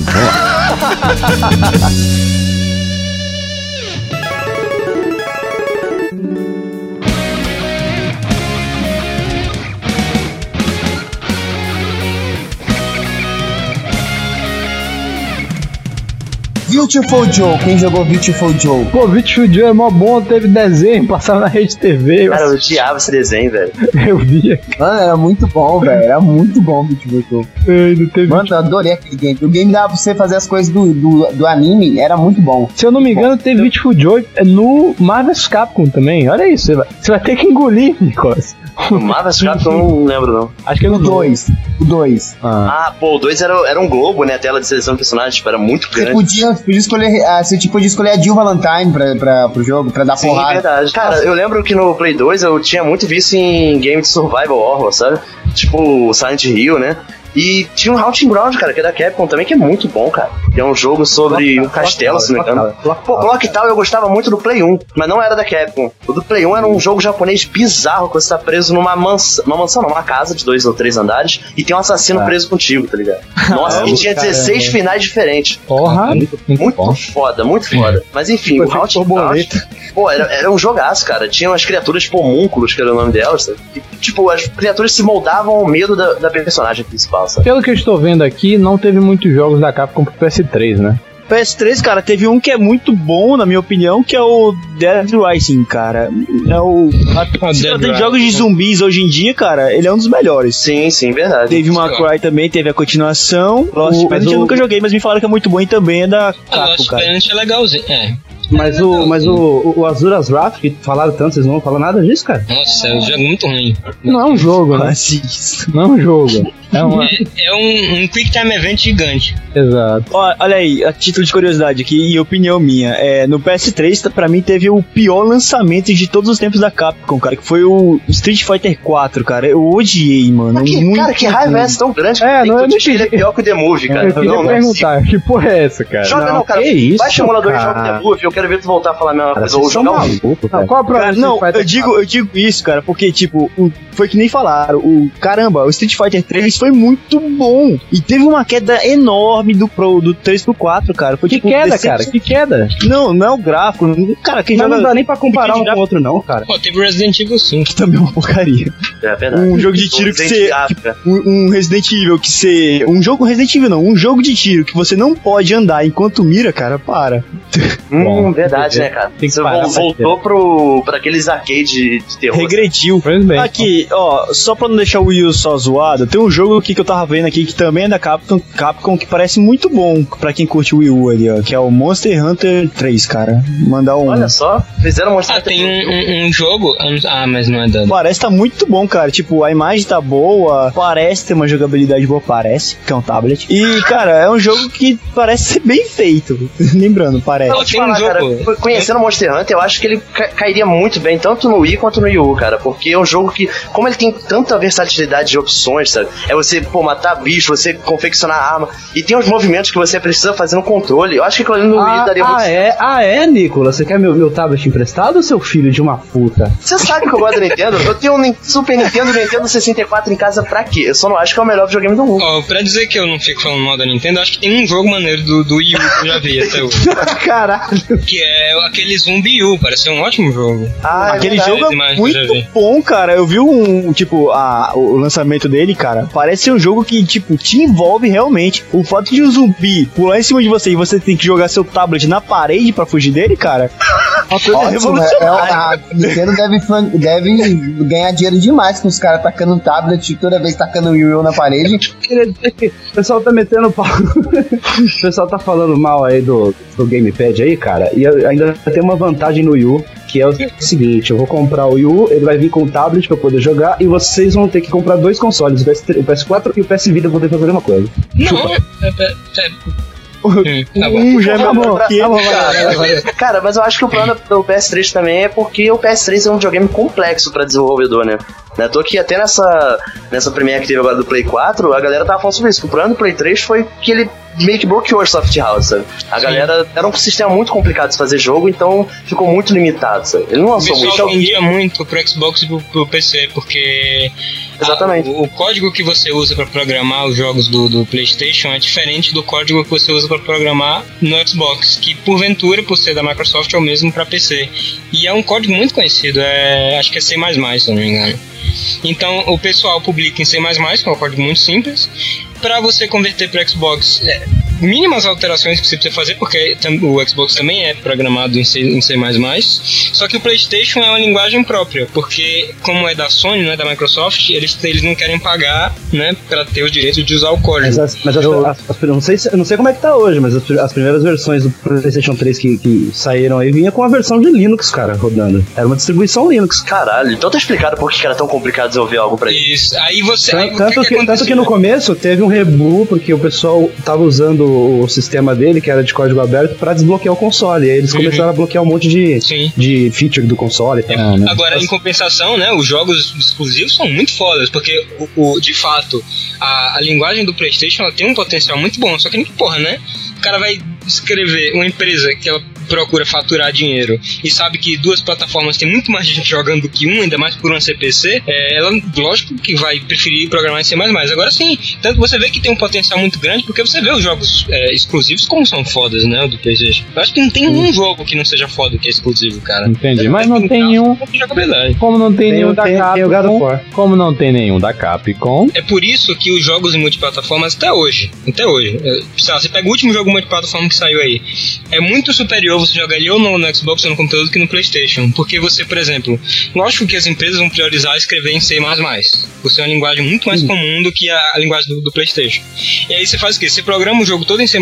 Beautiful Joe, quem jogou Beautiful Joe?
Pô, Beautiful Joe é mó bom, teve desenho, <laughs> passava na rede TV, eu,
Cara, eu odiava esse desenho, velho.
<laughs> eu via.
Mano, era muito bom, velho. Era muito bom o Beautiful Joe.
Ai, não teve-
Mano, eu adorei aquele game. O game dava pra você fazer as coisas do, do, do anime, era muito bom.
Se eu não me engano, teve Beautiful Joe no Marvel's Capcom também. Olha isso, você vai, você vai ter que engolir, <laughs> Nicolas.
No Marvel's Capcom, eu não lembro, não.
Acho que é
O
no 2.
2, o 2.
Ah, pô, o 2 era, era um globo, né? A tela de seleção de personagens, tipo, era muito
Você
grande.
podia, podia escolher, ah, você tipo, podia escolher a Jill Valentine pra, pra, pro jogo, pra dar
Sim, é
porrada.
verdade. Cara, eu lembro que no Play 2 eu tinha muito vício em game de survival horror, sabe? Tipo Silent Hill, né? E tinha um Haunting Ground, cara, que é da Capcom também, que é muito bom, cara. Que é um jogo sobre um castelo, se não me engano. Pô, Clock Tower eu gostava muito do Play 1, mas não era da Capcom. O do Play 1 era um jogo japonês bizarro, que você tá preso numa mansão, uma mansão não, uma casa de dois ou três andares, e tem um assassino preso contigo, tá <laughs> ligado? Nossa, e tinha 16 finais diferentes.
Porra, tá muito,
Muito
bom.
foda, muito foda. Mas enfim, o Haunting Ground... Pô, era, era um jogaço, cara. Tinha umas criaturas
tipo,
pomúnculos, que era o nome delas. sabe? E, tipo, as criaturas se moldavam ao medo da, da personagem principal, sabe?
Pelo que eu estou vendo aqui, não teve muitos jogos da Capcom pro PS3, né?
PS3, cara, teve um que é muito bom, na minha opinião, que é o Dead Rising, cara. É o.
Ah,
Se
Dead
tem
Rising.
jogos de zumbis hoje em dia, cara, ele é um dos melhores.
Sim, sim, verdade.
Teve uma Cry também, teve a continuação. Lost
O-
Planet
mas
eu
o-
nunca joguei, mas me falaram que é muito bom e também é da
Ah,
Capcom,
Lost
cara.
Planet é legalzinho. É.
Mas o, mas o, o, o Azuras Wrath, que falaram tanto, vocês não vão falar nada disso, cara?
Nossa, é um jogo muito ruim.
Não é um jogo, né? Não é um jogo. É
<laughs>
uma...
É, é um, um Quick Time Event gigante.
Exato.
Ó, olha aí, a título de curiosidade aqui e opinião minha. É, no PS3, tá- pra mim, teve o pior lançamento de todos os tempos da Capcom, cara, que foi o Street Fighter 4, cara. Eu odiei, mano.
Mas que-
Muito
cara, que raiva é essa tão grande?
É,
cara? Tem
não, eu
tudo
não
de- Ele é pior que o The Movie, cara.
Eu queria
Não, não é possível.
perguntar, que porra é essa, cara?
Joga não, cara.
que isso,
Vai
um
chamar o emulador e joga
cara.
The Movie. Eu quero ver tu voltar a falar a mesma
Cara,
coisa. Ou
vocês são
jogar um
malucos,
Não,
cara.
qual a prova
Cara,
do
não,
Street
eu
Fighter
digo, eu digo isso, cara, porque, tipo, o- foi que nem falaram, o caramba, o Street Fighter 3 foi muito bom. E teve uma queda enorme do, pro, do 3 pro 4, cara. Foi,
Que
tipo,
queda,
decepção-
cara? Que queda?
Não, não é o gráfico. não- Cara, quem
Mas
joga
não dá nem pra comparar um
Porque
com o outro, não, cara.
Pô, teve Resident Evil 5.
que também é uma porcaria.
É verdade.
Um jogo de tiro que você.
ah,
Um, um Resident Evil que você. Um jogo Resident Evil, não. Um jogo de tiro que você não pode andar enquanto mira, cara, para.
Hum,
é
verdade, né, cara?
que
Você
parar,
vol-
vai
voltou pro, pra aqueles arcade de terror.
Regrediu.
Infelizmente.
Aqui, ó, só pra não deixar o Will só zoado, tem um jogo aqui que eu tava vendo aqui que também é da Capcom, Capcom que parece muito bom pra quem curte o Wii U ali, ó, que é o Monster Hunter 3, cara. Mandar um.
Olha só, fizeram mostrar.
Ah, tem um, um- um jogo. ah, não- Ah, mas não é dano.
Parece tá muito bom, cara. Tipo, a imagem tá boa, parece ter uma jogabilidade boa, parece, que é um tablet. E, cara, é um jogo que parece ser bem feito. <laughs> Lembrando, parece.
Ó,
Vou te
tem um
falar,
jogo.
cara, conhecendo o Monster Hunter, eu acho que ele ca- cairia muito bem, tanto no Wii quanto no Wii U, cara. Porque é um jogo que, como ele tem tanta versatilidade de opções, sabe? É você, pô, matar bicho, você confeccionar arma. E tem uns movimentos que você precisa fazer no controle. Eu acho que aquilo ali no Wii daria muito
Ah, é? Ah, é, Nicolas? Você quer meu, meu tablet emprestado ou seu filho de uma puta?
Você sabe que eu gosto da Nintendo? Eu tenho um Nin- Super Nintendo, Nintendo 64 em casa pra quê? Eu só não acho que é o melhor videogame do mundo.
Ó, pra dizer que eu não fico falando mal da Nintendo, eu acho que tem um jogo maneiro do, do Wii U que eu já vi até <laughs> hoje.
Caralho.
Que é aquele Zumbi U, parece ser um ótimo jogo.
Ah,
Aquele
verdade,
jogo
as
é
imagens eu já vi.
muito bom, cara. Eu vi um, tipo, a, o lançamento dele, cara. Parece ser um jogo que, tipo, te envolve realmente. O fato de um zumbi pular em cima de você e você tem que jogar seu tablet na parede pra fugir dele, cara.
<laughs>
Uma coisa
Ótimo, né? É,
revolucionária.
a Nintendo deve, fan- deve ganhar dinheiro demais com os caras tacando um tablet toda vez tacando o Yu-Yu na parede.
O pessoal tá metendo pau. <laughs> o pessoal tá falando mal aí do, do Gamepad aí, cara. E eu- ainda tem uma vantagem no Wii U, que é o seguinte: eu vou comprar o Wii U, ele vai vir com o tablet pra eu poder jogar, e vocês vão ter que comprar dois consoles, o, PS3 o PS4 e o PS Vita, vão ter que fazer a mesma coisa.
Não, é, é, é- Hum, tá bom.
Um já é
Tá bom,
melhor que
tá
ele,
bom,
cara.
Cara, mas eu acho que o plano do PS3 também é porque o PS3 é um videogame complexo pra desenvolvedor, né? Né, tô aqui até nessa, nessa primeira que teve agora do Play 4, a galera tava falando sobre isso. que O plano do Play 3 foi que ele meio que bloqueou as soft house, sabe? A galera era um sistema muito complicado de fazer jogo, então ficou muito limitado, sabe? Ele não
O
lançou muito.
pessoal vendia um muito pro Xbox e pro, pro PC, porque a-
Exatamente.
o, o código que você usa pra programar os jogos do, do PlayStation é diferente do código que você usa pra programar no Xbox, que porventura, por ser da Microsoft, é o mesmo pra PC. E é um código muito conhecido, é, acho que é C++, se eu não me engano. Então o pessoal publica em C++, que é um código muito simples, pra você converter pro Xbox. é, mínimas alterações que você precisa fazer, porque tam- o Xbox também é programado em C, em C++, só que o PlayStation é uma linguagem própria, porque como é da Sony, não é da Microsoft, eles, eles não querem pagar, né, para ter o direito de usar o
Mas,
código.
as, mas as- as- as- eu não sei, se- eu não sei como é que tá hoje, mas as, pri- as primeiras versões do PlayStation 3 que, que saíram aí vinha com a versão de Linux, cara, rodando. Era uma distribuição Linux.
Caralho, então tá explicado por que que era tão complicado desenvolver algo pra ele.
Isso. Aí você. aí
Tan-
Tá, o
Tanto que, tanto que no começo teve um rebu, porque o pessoal tava usando o sistema dele, que era de código aberto, pra desbloquear o console. E aí eles
Uhum.
começaram a bloquear um monte de,
Sim.
de feature do console e tal.
Ah,
Agora, em compensação, né, os jogos exclusivos são muito fodas, porque, o, o- de fato, a, a linguagem do PlayStation ela tem um potencial muito bom, só que, nem que porra, né? O cara vai escrever uma empresa que ela procura faturar dinheiro e sabe que duas plataformas tem muito mais gente jogando do que uma, ainda mais por uma CPC, é, ela, lógico que vai preferir programar em C++. Agora sim, tanto você vê que tem um potencial muito grande, porque você vê os jogos é, exclusivos como são fodas, né, do PlayStation. Eu acho que não tem um jogo que não seja foda que é exclusivo, cara.
Entendi, mas não
Então,
tem nenhum.
Pouca jogabilidade.
Como não tem, nenhum
o-
da
tem- tem o God of
Capcom.
War.
Como não tem nenhum da Capcom.
É por isso que os jogos em multiplataformas até hoje, até hoje, é, sei lá, você pega o último jogo multiplataforma que saiu aí, é muito superior você jogar ele ou no, no Xbox ou no computador do que no PlayStation. Porque você, por exemplo, lógico que as empresas vão priorizar escrever em C++. Você é uma linguagem muito mais comum do que a, a linguagem do, do PlayStation. E aí você faz o quê? Você programa o jogo todo em C++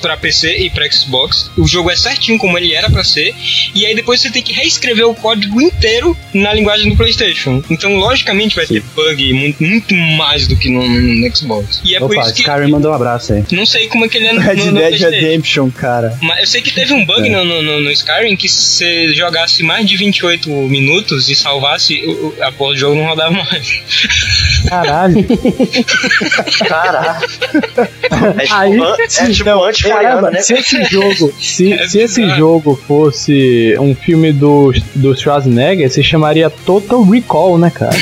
para PC e para Xbox. O jogo é certinho como ele era para ser. E aí depois você tem que reescrever o código inteiro na linguagem do PlayStation. Então, logicamente, vai ter bug muito, muito mais do que no, no- no Xbox. E é por
Opa,
isso que
Skyrim mandou um abraço aí.
não sei como é que ele é
<laughs>
no,
Red
no, no
Dead É.
PlayStation.
Redemption, cara.
Mas eu sei que teve
<laughs>
um bug no, no- no- no Skyrim que se você jogasse mais de 28 minutos e salvasse, o- o- a porra do jogo não rodava mais.
Caralho. <laughs>
Caraca. É tipo,
Aí-
an- é tipo
Não,
anti-Mariana,
caramba,
né?
se esse jogo, se, se esse jogo fosse um filme do, do Schwarzenegger, se chamaria Total Recall, né, cara?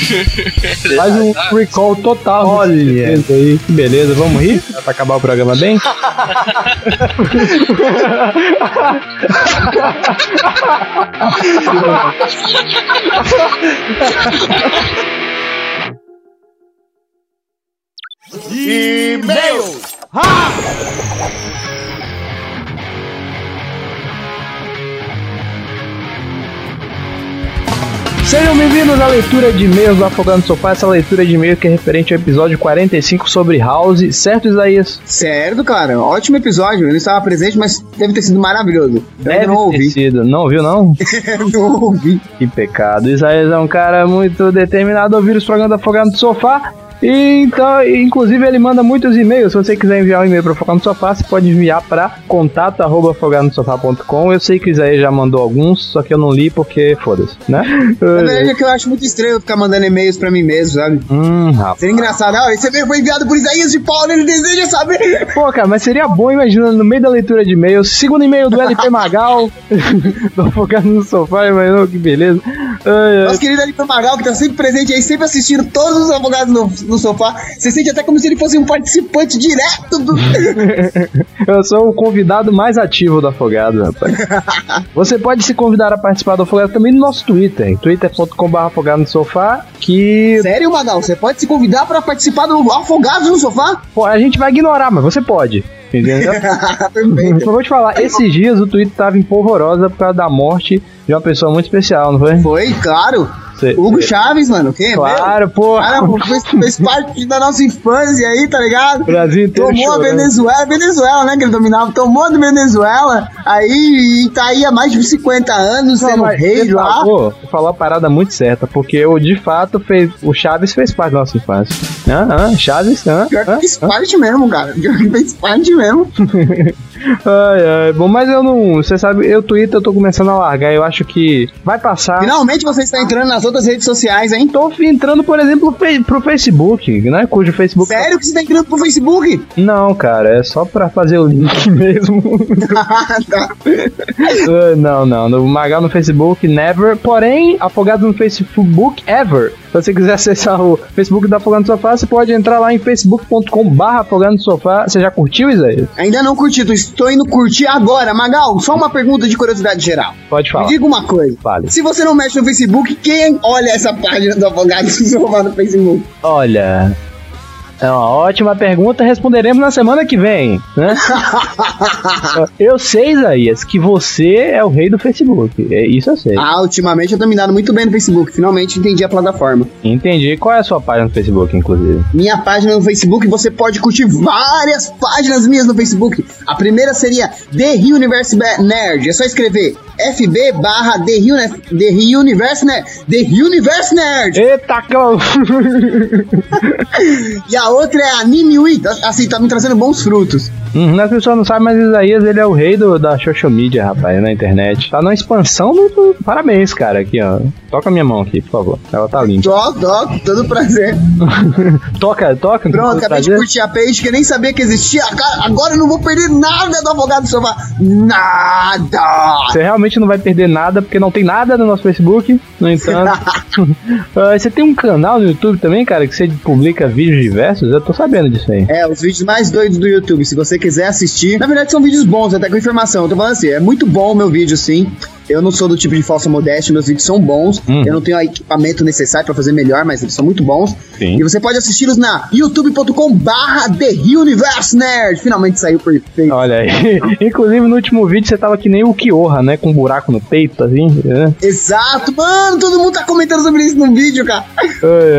Faz um recall total. Olha aí, que beleza. Vamos rir pra acabar o programa bem? Sejam bem-vindos à leitura de e-mails do Afogando Sofá, essa leitura de e-mail que é referente ao episódio 45 sobre House, certo, Isaías?
Certo, cara. Ótimo episódio. Eu não estava presente, mas deve ter sido maravilhoso. Eu ainda não
ter
<laughs> ouvi.
sido. Não ouviu, não?
não ouvi.
Que pecado. Isaías é um cara muito determinado a ouvir os programas da Afogado no Sofá. E então, e, inclusive, ele manda muitos e-mails. Se você quiser enviar um e-mail para Afogado no Sofá, você pode enviar para contato.afogadosofá.com. Eu sei que o Isaías já mandou alguns, só que eu não li porque foda-se, né?
Na verdade <laughs> é que eu acho muito estranho eu ficar mandando e-mails pra mim mesmo, sabe?
hum, rapaz.
Seria engraçado. Ah, esse e-mail foi enviado por Isaías de Paulo, ele deseja
<laughs>
saber.
Pô, cara, mas seria bom, imagina, no meio da leitura de e-mails, segundo e-mail do LP Magal, <laughs> do Afogado no Sofá, imagina, que beleza. Ai, ai.
Nosso querido Alipa Magal, que tá sempre presente aí, sempre assistindo todos os advogados no, no sofá. Você sente até como se ele fosse um participante direto
<laughs>
do.
Eu sou o convidado mais ativo do Afogado,
<laughs>
rapaz. Você pode se convidar a participar do Afogado também no nosso Twitter, em twitter.com.br afogado no sofá, que
Sério, Magal? Você pode se convidar pra participar do Afogados
<laughs>
no sofá?
pô, a gente vai ignorar, mas você pode.
<laughs>
Entendeu? Eu
Perfeito.
vou te falar, esses dias o Twitter tava em polvorosa por causa da morte de uma pessoa muito especial, não foi?
Foi, claro.
Cê-
Hugo Chaves, mano. Quem?
Claro, pô.
Cara, fez, fez parte da nossa infância aí, tá ligado?
<laughs> Brasil inteiro
Tomou a
chorando.
Venezuela, Venezuela, né, que ele dominava, tomou a Venezuela, aí e tá aí há mais de 50 anos sendo
mas
rei
você
lá.
falou- você falou a parada muito certa, porque eu de fato fez. O Chaves fez parte da nossa infância. Ah, ah, Chaves, ah,
Pior que
ah,
fez
ah.
parte mesmo, cara. Pior que fez parte mesmo.
Ai, ai. Bom, mas eu não. Você sabe, eu Twitter eu tô começando a largar. Eu acho que vai passar.
Finalmente você está entrando nas outras redes sociais, hein?
Tô entrando, por exemplo, fe- pro Facebook, né? Cujo Facebook.
Sério que você tá entrando pro Facebook? <laughs>
Não, cara, é só pra fazer o link <laughs> mesmo.
Tá.
Ah, não, não. No Magal no Facebook, never. Porém, afogado no Facebook, ever. Se você quiser acessar o Facebook da Afogado no Sofá, você pode entrar lá em facebook.com.br Afogado no Sofá. Você já curtiu, Isaías?
Ainda não curti, tô- estou indo curtir agora. Magal, só uma pergunta de curiosidade geral.
Pode
Me
falar.
diga uma coisa.
Fale.
Se você não mexe no Facebook, quem olha essa página do <laughs> Afogado se salvar no Facebook?
Olha. É uma ótima pergunta, responderemos na semana que vem,
<laughs>
né? eu sei, Isaías, que você é o rei do Facebook. É, Isso eu sei.
Ah, ultimamente eu tô me dando muito bem no Facebook. Finalmente entendi a plataforma.
Entendi. Qual é a sua página no Facebook, inclusive?
Minha página no Facebook, você pode curtir várias páginas minhas no Facebook. A primeira seria The Rio Universe Ba- Nerd. É só escrever FB barra The Rio, Ne- The Rio Universe Nerd. The Rio Universe Nerd.
Eita, <laughs> cão!
E a outra é Anime Week. Assim, tá me trazendo bons frutos.
Uhum, as pessoas não sabem, mas Isaías ele é o rei do, da social media, rapaz, na internet. Tá na expansão do, do- Parabéns, cara, aqui, ó. Toca minha mão aqui, por favor. Ela tá limpa.
Dó, dó, todo prazer.
Toca, toca.
Pronto, acabei de
prazer.
curtir a page que eu nem sabia que existia. Cara, agora eu não vou perder nada do Avogado Sofá. Nada!
Você realmente provavelmente não vai perder nada, porque não tem nada no nosso Facebook. No entanto, Ah, você tem um canal no YouTube também, cara, que você publica vídeos diversos? Eu tô sabendo disso aí.
É, os vídeos mais doidos do YouTube. Se você quiser assistir, na verdade são vídeos bons, até com informação. Eu tô falando assim, é muito bom o meu vídeo, sim. Eu não sou do tipo de falsa modéstia, meus vídeos são bons. Eu não tenho o equipamento necessário pra fazer melhor, mas eles são muito bons. E você pode assisti-los na youtube.com/barra The Universe Nerd. Finalmente saiu perfeito.
Olha aí. <laughs> Inclusive, no último vídeo você tava que nem o Kiorra, né? Com um buraco no peito, assim, né?
Exato, mano, todo mundo tá comentando sobre isso no vídeo, cara.
Ai,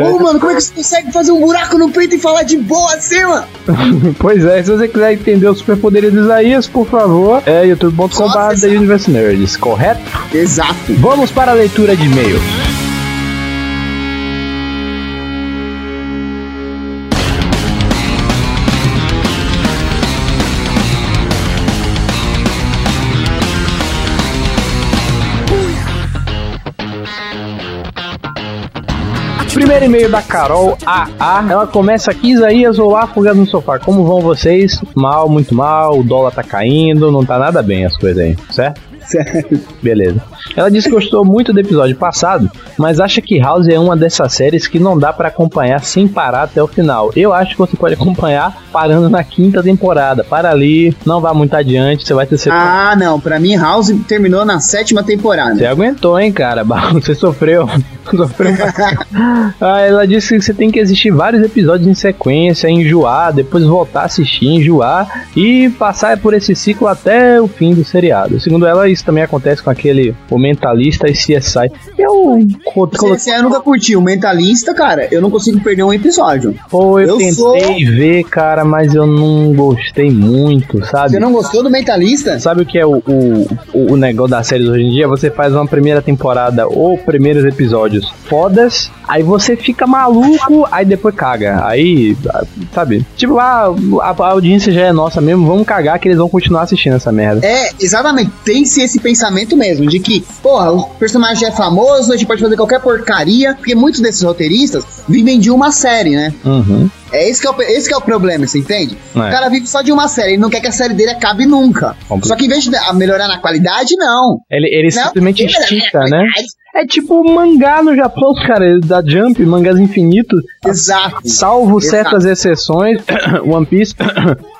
ai.
Ô, mano, como é que você consegue fazer um buraco no peito e falar de boa assim, mano?
Pois é, se você quiser entender os superpoderes do Isaías, por favor, é youtube.com.br The Universe Nerds, correto?
Exato. <laughs>
Vamos para a leitura de e-mail. Primeiro e-mail da Carol AA. Ela começa aqui, Isaías, olá, afogado no sofá. Como vão vocês? Mal, muito mal, o dólar tá caindo, não tá nada bem as coisas aí, certo? Beleza. Ela disse que gostou muito do episódio passado, mas acha que House é uma dessas séries que não dá pra acompanhar sem parar até o final. Eu acho que você pode acompanhar parando na quinta temporada. Para ali, não vá muito adiante, você vai ter certeza.
Ah, não. Pra mim, House terminou na sétima temporada.
Você aguentou, hein, cara? <laughs> Você sofreu. sofreu. ah, ela disse que você tem que assistir vários episódios em sequência, enjoar, depois voltar a assistir, enjoar e passar por esse ciclo até o fim do seriado. Segundo ela, isso também acontece com aquele O Mentalista e CSI. Eu co- colo-
Você eu nunca curti. O Mentalista, cara, eu não consigo perder um episódio.
Pô, eu,
Eu
tentei
sou-
ver, cara, mas eu não gostei muito, sabe?
Você não gostou do Mentalista?
Sabe o que é o, o, o- o negócio das séries hoje em dia? Você faz uma primeira temporada ou primeiros episódios fodas, aí você fica maluco, aí depois caga. Aí, sabe? Tipo, ah, a, a audiência já é nossa mesmo, vamos cagar que eles vão continuar assistindo essa merda.
É, exatamente. Tem-se esse pensamento mesmo, de que, porra, o personagem já é famoso, a gente pode fazer qualquer porcaria, porque muitos desses roteiristas vivem de uma série, né?
Uhum.
É esse que é o, pe- esse que é o problema, você entende?
É.
O cara vive só de uma série, ele não quer que a série dele acabe nunca.
Complicado.
Só que em vez de a- melhorar na qualidade, não.
Ele, ele
Não,
simplesmente
melhorar na
estica, né?
qualidade.
É tipo o mangá no Japão, <laughs> cara, da Jump, mangás infinitos.
Exato.
Salvo
Exato.
certas exceções, <coughs> One Piece,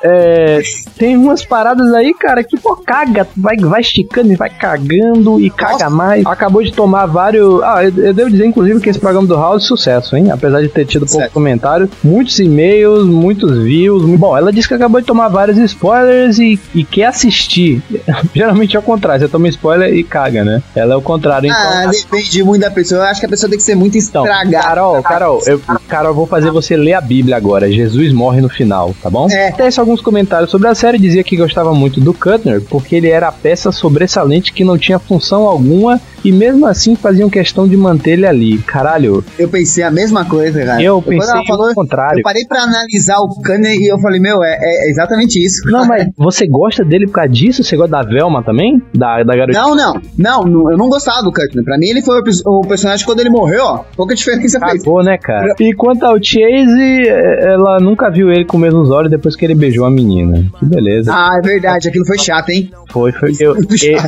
é, tem umas paradas aí, cara, que pô, caga, vai, vai esticando e vai cagando e caga mais. Acabou de tomar vários. Ah, eu, eu devo dizer, inclusive, que esse programa do House é sucesso, hein? Apesar de ter tido pouco
Certo.
comentário, muitos e-mails, muitos views. mu- Bom, ela disse que acabou de tomar vários spoilers e, e quer assistir. <laughs> Geralmente é o contrário, você toma spoiler e caga, né? Ela é o contrário, então.
Ah, depende muito da pessoa. Eu acho que a pessoa tem que ser muito
Então,
estragada.
Carol, Carol, eu, Carol, eu vou fazer você ler a Bíblia agora. Jesus morre no final, tá bom?
É.
Tece alguns comentários sobre a série, dizia que gostava muito do Cutner, porque ele era a peça sobressalente que não tinha função alguma e mesmo assim faziam questão de manter ele ali. Caralho,
Eu pensei a mesma coisa, cara.
eu
Quando
pensei
ela falou,
o contrário.
eu parei pra analisar o Kanye e eu falei, meu, é, é exatamente isso.
Não, mas você gosta dele por causa disso? Você gosta da Velma também? Da, da garotinha?
Não, não, não, não, eu não gostava do Kirkman. Pra mim, ele foi o, pers- o personagem que quando ele morreu, ó. Pouca diferença fez.
Cagou, né, cara? E quanto ao Chase, eh, ela nunca viu ele com os mesmos olhos depois que ele beijou a menina. Que beleza.
Ah, é verdade, aquilo foi chato, hein?
Foi, foi. Eu,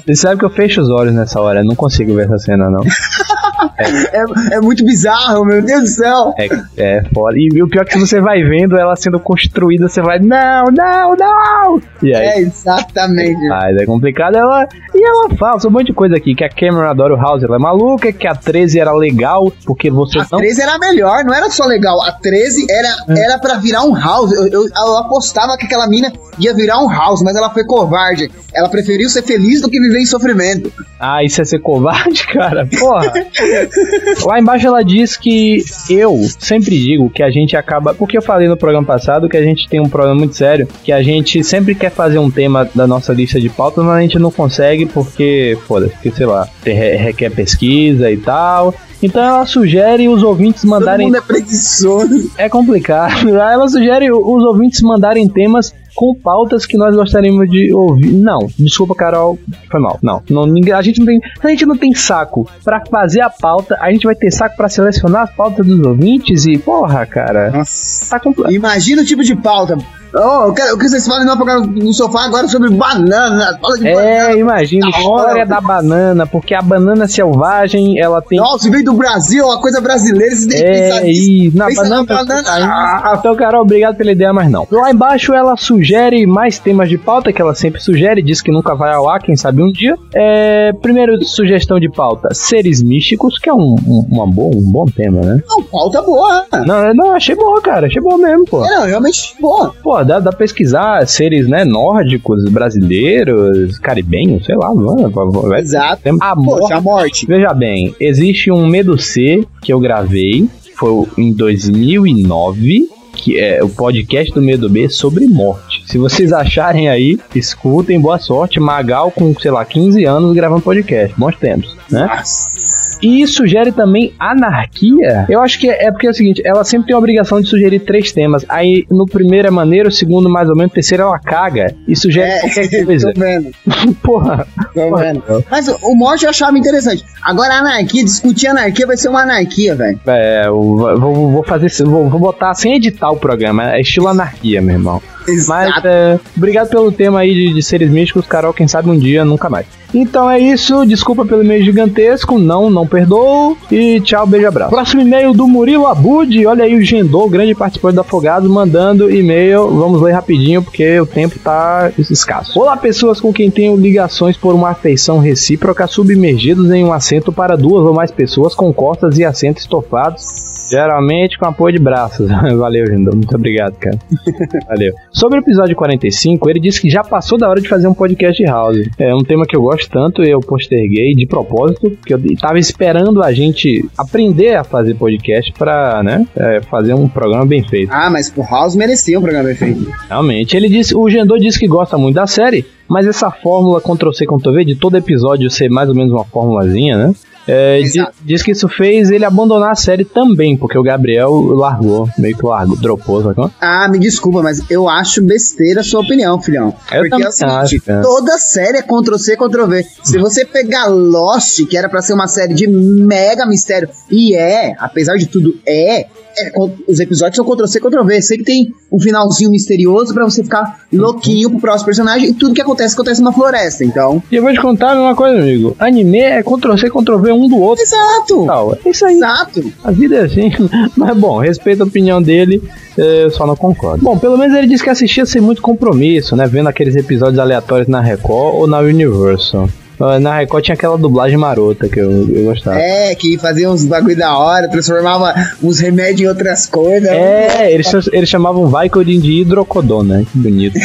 e- sabe que eu fecho os olhos nessa hora, eu não consigo ver essa cena, não.
É, é muito bizarro, meu Deus do céu.
É, é foda. E o pior é que você vai vendo ela sendo construída, você vai, não, não, não! E aí.
É, Ah, exatamente.
Mas é complicado, ela. E ela fala sobre um monte de coisa aqui: que a Cameron adora o House, ela é maluca, que a 13 era legal, porque você
A
não.
13 era melhor, não era só legal. A 13 era, era pra virar um house. Eu, eu- eu apostava que aquela mina ia virar um house, mas ela foi covarde. Ela preferiu ser feliz do que viver em sofrimento.
Ah, isso é ser covarde, <laughs> cara? Porra! Lá embaixo ela diz que eu sempre digo que a gente acaba. Porque eu falei no programa passado que a gente tem um problema muito sério, que a gente sempre quer fazer um tema da nossa lista de pauta, mas a gente não consegue porque, foda-se, porque, sei lá, te- re- requer pesquisa e tal. Então ela sugere os ouvintes
Todo
mandarem.
mundo é preguiçoso.
<laughs> É complicado. Aí ela sugere os ouvintes mandarem temas com pautas que nós gostaríamos de ouvir. Não, desculpa, Carol, foi mal. Não, não ninguém- a gente não tem, a gente não tem saco pra fazer a pauta, a gente vai ter saco pra selecionar a pauta dos ouvintes e porra, cara. Tá compl-
Imagina o tipo de pauta. Oh, eu quero, eu quero que vocês falem não pra no sofá agora sobre banana. Fala de banana.
É, imagina,
Da
história
hora.
da banana, porque a banana selvagem, ela tem
Nossa, veio do Brasil, é uma coisa brasileira. Vocês têm que pensar
É,
nisso.
e na
Pensa
banana.
na banana.
Ah, Rafael Carol, obrigado pela ideia, mas não. Lá embaixo ela sugere mais temas de pauta que ela sempre sugere, diz que nunca vai ao ar, quem sabe um dia. É, primeiro sugestão de pauta: seres místicos, que é um, um, uma boa- um bom tema, né?
Não, pauta boa.
Não, é, não, achei boa, cara, achei boa mesmo, pô.
É, não, realmente boa.
Pô, dá, dá pra pesquisar seres, né, nórdicos, brasileiros, caribenhos, sei lá, vai, vai, vai
Exato.
Tem a morte.
Poxa, a morte.
Veja bem, existe um Medo C que eu gravei, foi em 2009, que é o podcast do Medo B sobre morte. Se vocês acharem aí, escutem, boa sorte. Magal com, sei lá, 15 anos gravando podcast. Bons tempos, né? E sugere também anarquia. Eu acho que é é porque é o seguinte, ela sempre tem a obrigação de sugerir três temas. Aí no primeiro é maneiro, o segundo mais ou menos, o terceiro ela caga e sugere É,
É.
qualquer coisa.
<laughs> Tô vendo,
Porra,
tô vendo. Mas o, o morte eu achava interessante. Agora a anarquia, discutir anarquia vai ser uma anarquia, velho.
É, eu vou, vou- vou fazer, vou, vou botar sem editar o programa, é estilo anarquia, meu irmão. Mas é, obrigado pelo tema aí de, de seres místicos, Carol, quem sabe um dia, nunca mais. Então é isso, desculpa pelo e-mail gigantesco, não, não perdoo, e tchau, beijo, abraço. Próximo e-mail do Murilo Abud, olha aí o Gendô, grande participante do Afogado, mandando e-mail, vamos ler rapidinho porque o tempo tá escasso. Olá, pessoas com quem tenho ligações por uma afeição recíproca, submergidos em um assento para duas ou mais pessoas com costas e assento estofados. Geralmente com apoio de braços. <laughs> Valeu, Gendô. Muito obrigado, cara. Valeu. Sobre o episódio 45, ele disse que já passou da hora de fazer um podcast de house. É um tema que eu gosto tanto e eu posterguei de propósito, porque eu tava esperando a gente aprender a fazer podcast pra, né, é, fazer um programa bem feito.
Ah, mas pro House merecia um programa perfeito.
Realmente, ele disse, o Gendô disse que gosta muito da série, mas essa fórmula Ctrl-C, Ctrl-V de todo episódio ser mais ou menos uma formulazinha, né? É, di-
Exato.
diz que isso fez ele abandonar a série também, porque o Gabriel largou, meio que largou, dropou, sacou?
Ah, me desculpa, mas eu acho besteira a sua opinião, filhão.
Eu
Porque
também
é o seguinte,
acho, cara.
toda série é Ctrl-C, Ctrl-V. Se você pegar Lost, que era pra ser uma série de mega mistério, e é, apesar de tudo, é, é, con- os episódios são Ctrl-C, Ctrl-V. Sempre tem um finalzinho misterioso pra você ficar louquinho pro próximo personagem, e tudo que acontece, acontece numa floresta, então...
E eu vou te contar a mesma coisa, amigo. Anime é Ctrl-C, Ctrl-V um do outro.
Exato!
Tal. É isso aí.
Exato!
A vida é assim. <laughs> Mas bom, respeito a opinião dele, eh, eu só não concordo. Bom, pelo menos ele disse que assistia sem muito compromisso, né? Vendo aqueles episódios aleatórios na Record ou na Universal. Ah, Na Record tinha aquela dublagem marota que eu, eu gostava.
É, que fazia uns bagulho da hora, transformava uns remédios em outras coisas.
É, eles, eles chamavam Vicodin de hidrocodona, né? Que <laughs> bonito.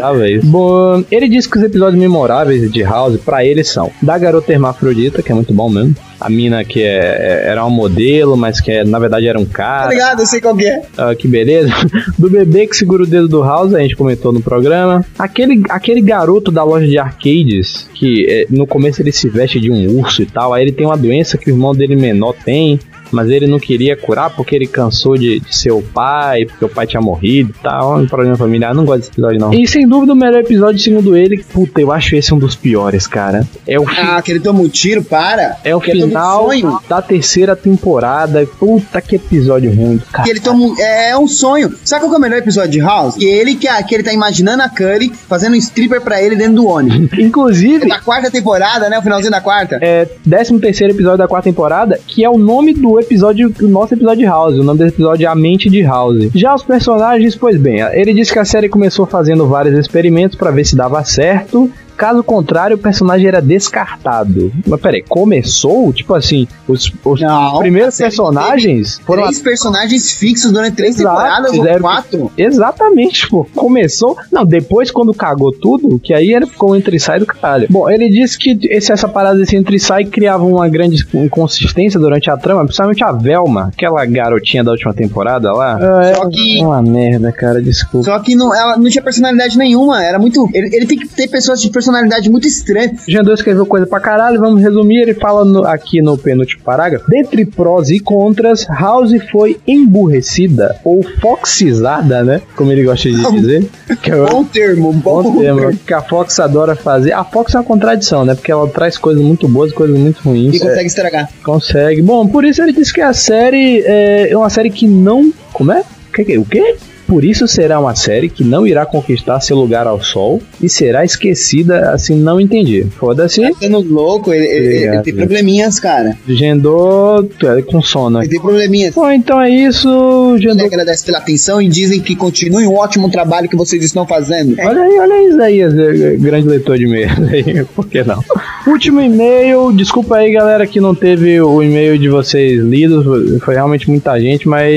Talvez. Bom, ele disse que os episódios memoráveis de House, pra ele, são da garota hermafrodita, que é muito bom mesmo. A mina que é- é- era um modelo, mas que é- na verdade era um
Tá
cara.
ligado? Eu sei qual que é.
Ah, que beleza. <laughs> Do bebê que segura o dedo do House, a gente comentou no programa. Aquele, aquele garoto da loja de arcades, que eh, no começo ele se veste de um urso e tal, aí ele tem uma doença que o irmão dele menor tem, mas ele não queria curar porque ele cansou de, de ser o pai, porque o pai tinha morrido e tal. Um problema familiar, não gosto desse episódio não. E sem dúvida o melhor episódio, segundo ele, puta, eu acho esse um dos piores, cara. É o
Ah, que ele toma um tiro, para.
é o
que ele toma um
final
sonho.
da terceira temporada. Puta que episódio ruim, cara.
Que ele toma um, é, é um sonho. Sabe qual que é o melhor episódio de House? Que ele que, a- que ele tá imaginando a Curry fazendo um stripper pra ele dentro do ônibus.
Inclusive,
da quarta temporada, né? O finalzinho da quarta.
é 13 episódio da quarta temporada, que é o nome do episódio, do nosso episódio de House. O nome do episódio é A Mente de House. Já os personagens, pois bem, ele disse que a série começou fazendo vários experimentos pra ver se dava certo. Caso contrário, o personagem era descartado. Mas peraí, começou? Tipo assim, os, os
Não,
primeiros
a série
personagens foram
Três personagens fixos durante três
Exato,
temporadas ou
fizeram-
quatro.
Exatamente, pô. Começou. Não, depois quando cagou tudo, que aí ele ficou um entre e sai do caralho. Bom, ele disse que esse, essa parada desse entre e sai criava uma grande inconsistência durante a trama, principalmente a Velma, aquela garotinha da última temporada lá.
Só que-
Uma merda, cara, desculpa.
Só que não, ela não tinha personalidade nenhuma. Era muito. Ele, ele tem que ter pessoas de personalidade muito estranha.
O Jandô escreveu coisa pra caralho, vamos resumir. Ele fala no- aqui no penúltimo parágrafo: Dentre prós e contras, House foi emburrecida ou foxizada, né? Como ele gosta de dizer. Que é o-
Bom termo, bom,
Bom tema, <laughs> que a Fox adora fazer. A Fox é uma contradição, né? Porque ela traz coisas muito boas e coisas muito ruins.
E consegue estragar. Tá
Consegue. Bom, por isso ele diz que a série é é uma série que não. Como é? O que, que- o quê? Por isso será uma série que não irá conquistar seu lugar ao sol e será esquecida, assim, não entendi. Foda-se,
Sendo louco, ele, ele- ele
Obrigado.
tem probleminhas, cara.
Gendô tu é com sono.
Ele
aqui.
tem probleminhas.
Bom, então é isso,
Ele
Gendô.
agradece pela atenção e dizem que continue o ótimo trabalho que vocês estão fazendo.
Olha aí, olha aí, Isaías, eh, eh, grande leitor de e-mail. <laughs> aí, Por que não? Último e-mail, desculpa aí, galera, que não teve o e-mail de vocês lido, foi- foi realmente muita gente, mas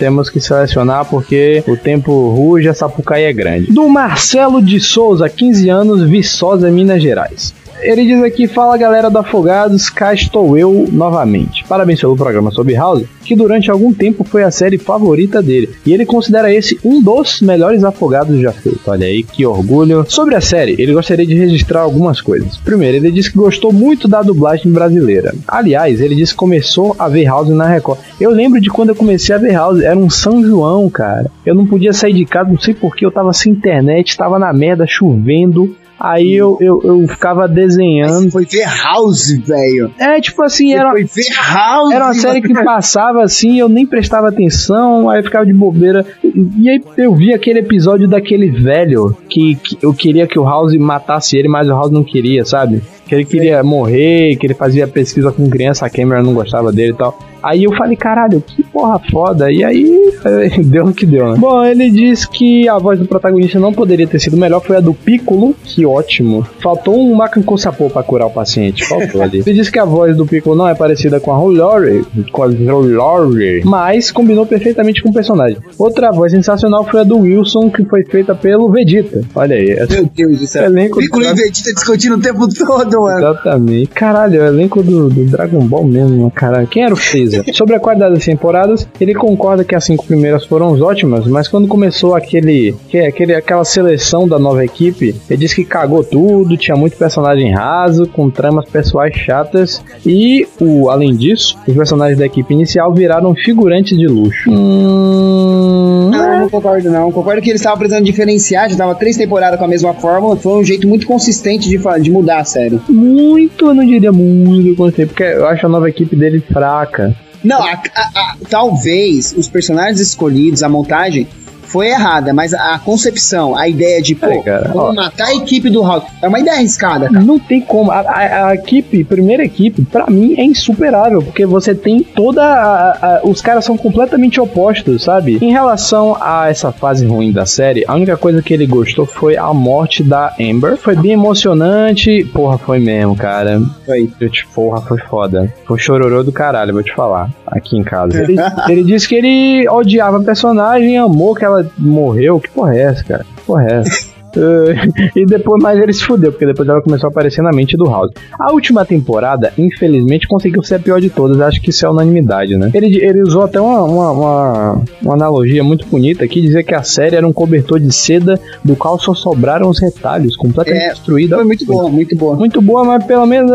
temos que selecionar porque o tempo ruge, a sapucaí é grande. Do Marcelo de Souza, 15 anos, Viçosa, Minas Gerais. Ele diz aqui, fala galera do Afogados, cá estou eu novamente. Parabéns pelo programa sobre House, que durante algum tempo foi a série favorita dele. E ele considera esse um dos melhores afogados já feito. Olha aí, que orgulho. Sobre a série, ele gostaria de registrar algumas coisas. Primeiro, ele disse que gostou muito da dublagem brasileira. Aliás, ele disse que começou a ver House na Record. Eu lembro de quando eu comecei a ver House, era um São João, cara. Eu não podia sair de casa, não sei porquê, eu tava sem internet, tava na merda, chovendo. Aí eu, eu, eu ficava
Mas
desenhando.
você foi ver House, velho.
É, tipo assim,
Você
era,
foi ver House.
era uma série que passava assim, eu nem prestava atenção, aí eu ficava de bobeira. E, e aí eu vi aquele episódio daquele velho que, que eu queria que o House matasse ele, mas o House não queria, sabe? Que ele queria morrer, que ele fazia pesquisa com criança, a Cameron não gostava dele e tal. Aí eu falei, caralho, que porra foda. E aí, <laughs> deu no que deu, né? Bom, ele diz que a voz do protagonista não poderia ter sido melhor, foi a do Piccolo, que ótimo. Faltou um macaco sapô pra curar o paciente, faltou ali. ele diz que a voz do Piccolo não é parecida com a Rolore, com a Rolore, mas combinou perfeitamente com o personagem. Outra voz sensacional foi a do Wilson, que foi feita pelo Vegeta. Olha aí, essa
Meu Deus do céu.
Elenco tá do
Piccolo e
Dragon-
Vegeta discutindo o tempo todo, mano.
Exatamente. Caralho, é o elenco do, do Dragon Ball mesmo, né, caralho. Quem era o <laughs> Freeza? Sobre a qualidade das temporadas, ele concorda que as cinco primeiras foram ótimas, mas quando começou aquele, que- aquele aquela seleção da nova equipe, ele disse que cagou tudo, tinha muito personagem raso, com tramas pessoais chatas, e, o, além disso, os personagens da equipe inicial viraram figurantes de luxo. Hum...
Ah, Não, não concordo, não. Concordo que eles estavam precisando diferenciar, já tava três temporadas com a mesma fórmula. Foi um jeito muito consistente de, fa- de mudar, sério.
Muito, eu não diria muito, gostei, porque eu acho a nova equipe dele fraca.
Não, a- a- a- talvez os personagens escolhidos, a montagem, foi errada, mas a concepção, a ideia de, pô,
É, cara, ó.
vamos matar a equipe do Hulk, é uma ideia arriscada, cara.
Não tem como. A, a- a equipe, primeira equipe, pra mim é insuperável, porque você tem toda. a- a- os caras são completamente opostos, sabe? Em relação a essa fase ruim da série, a única coisa que ele gostou foi a morte da Amber. Foi bem emocionante. Porra, foi mesmo, cara. Foi. Eu te, porra, foi foda. Foi chororô do caralho, vou te falar. Aqui em casa. Ele, ele disse que ele odiava a personagem, amou que ela morreu. Que porra é essa, cara? Que porra é essa? Eh, <laughs> e depois, mas ele se fudeu, porque depois ela começou a aparecer na mente do House. A última temporada, infelizmente, conseguiu ser a pior de todas. Acho que isso é unanimidade, né? Ele, ele usou até uma, uma, uma- uma analogia muito bonita que dizia que a série era um cobertor de seda do qual só sobraram os retalhos, completamente
É,
destruída.
Foi muito boa, muito boa.
Muito boa, mas pelo menos.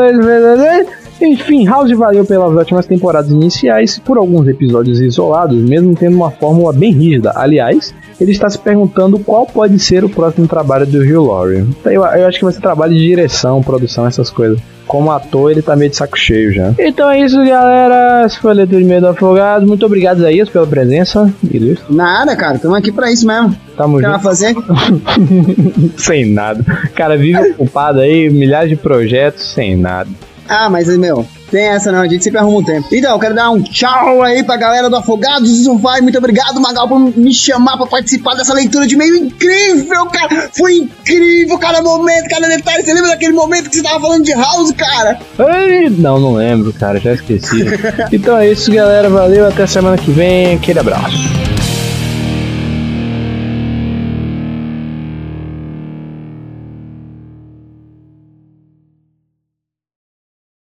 Enfim, House valeu pelas ótimas temporadas iniciais, por alguns episódios isolados, mesmo tendo uma fórmula bem rígida. Aliás, ele está se perguntando qual pode ser o próximo trabalho do Hugh Laurie. Então, Eu, eu acho que vai ser trabalho de direção, produção, essas coisas. Como ator, ele tá meio de saco cheio já. Então é isso, galera. Esse foi o Leitura de Meio do Afogado. Muito obrigado, Isaías, pela presença. Ilustre.
Nada, cara, estamos aqui pra isso mesmo. O
Tamo
que
junto. <laughs>
ela vai fazer?
Sem nada. Cara, vive ocupado aí, milhares de projetos, sem nada.
Ah, mas meu, tem essa não, a gente sempre arruma um tempo. Então, eu quero dar um tchau aí pra galera do Afogados do Vai. Muito obrigado, Magal, por me chamar pra participar dessa leitura de meio incrível, cara. Foi incrível cada momento, cada detalhe. Você lembra daquele momento que você tava falando de House, cara?
Ai, não, não lembro, cara, já esqueci. então é isso, galera. Valeu, até semana que vem. Aquele abraço.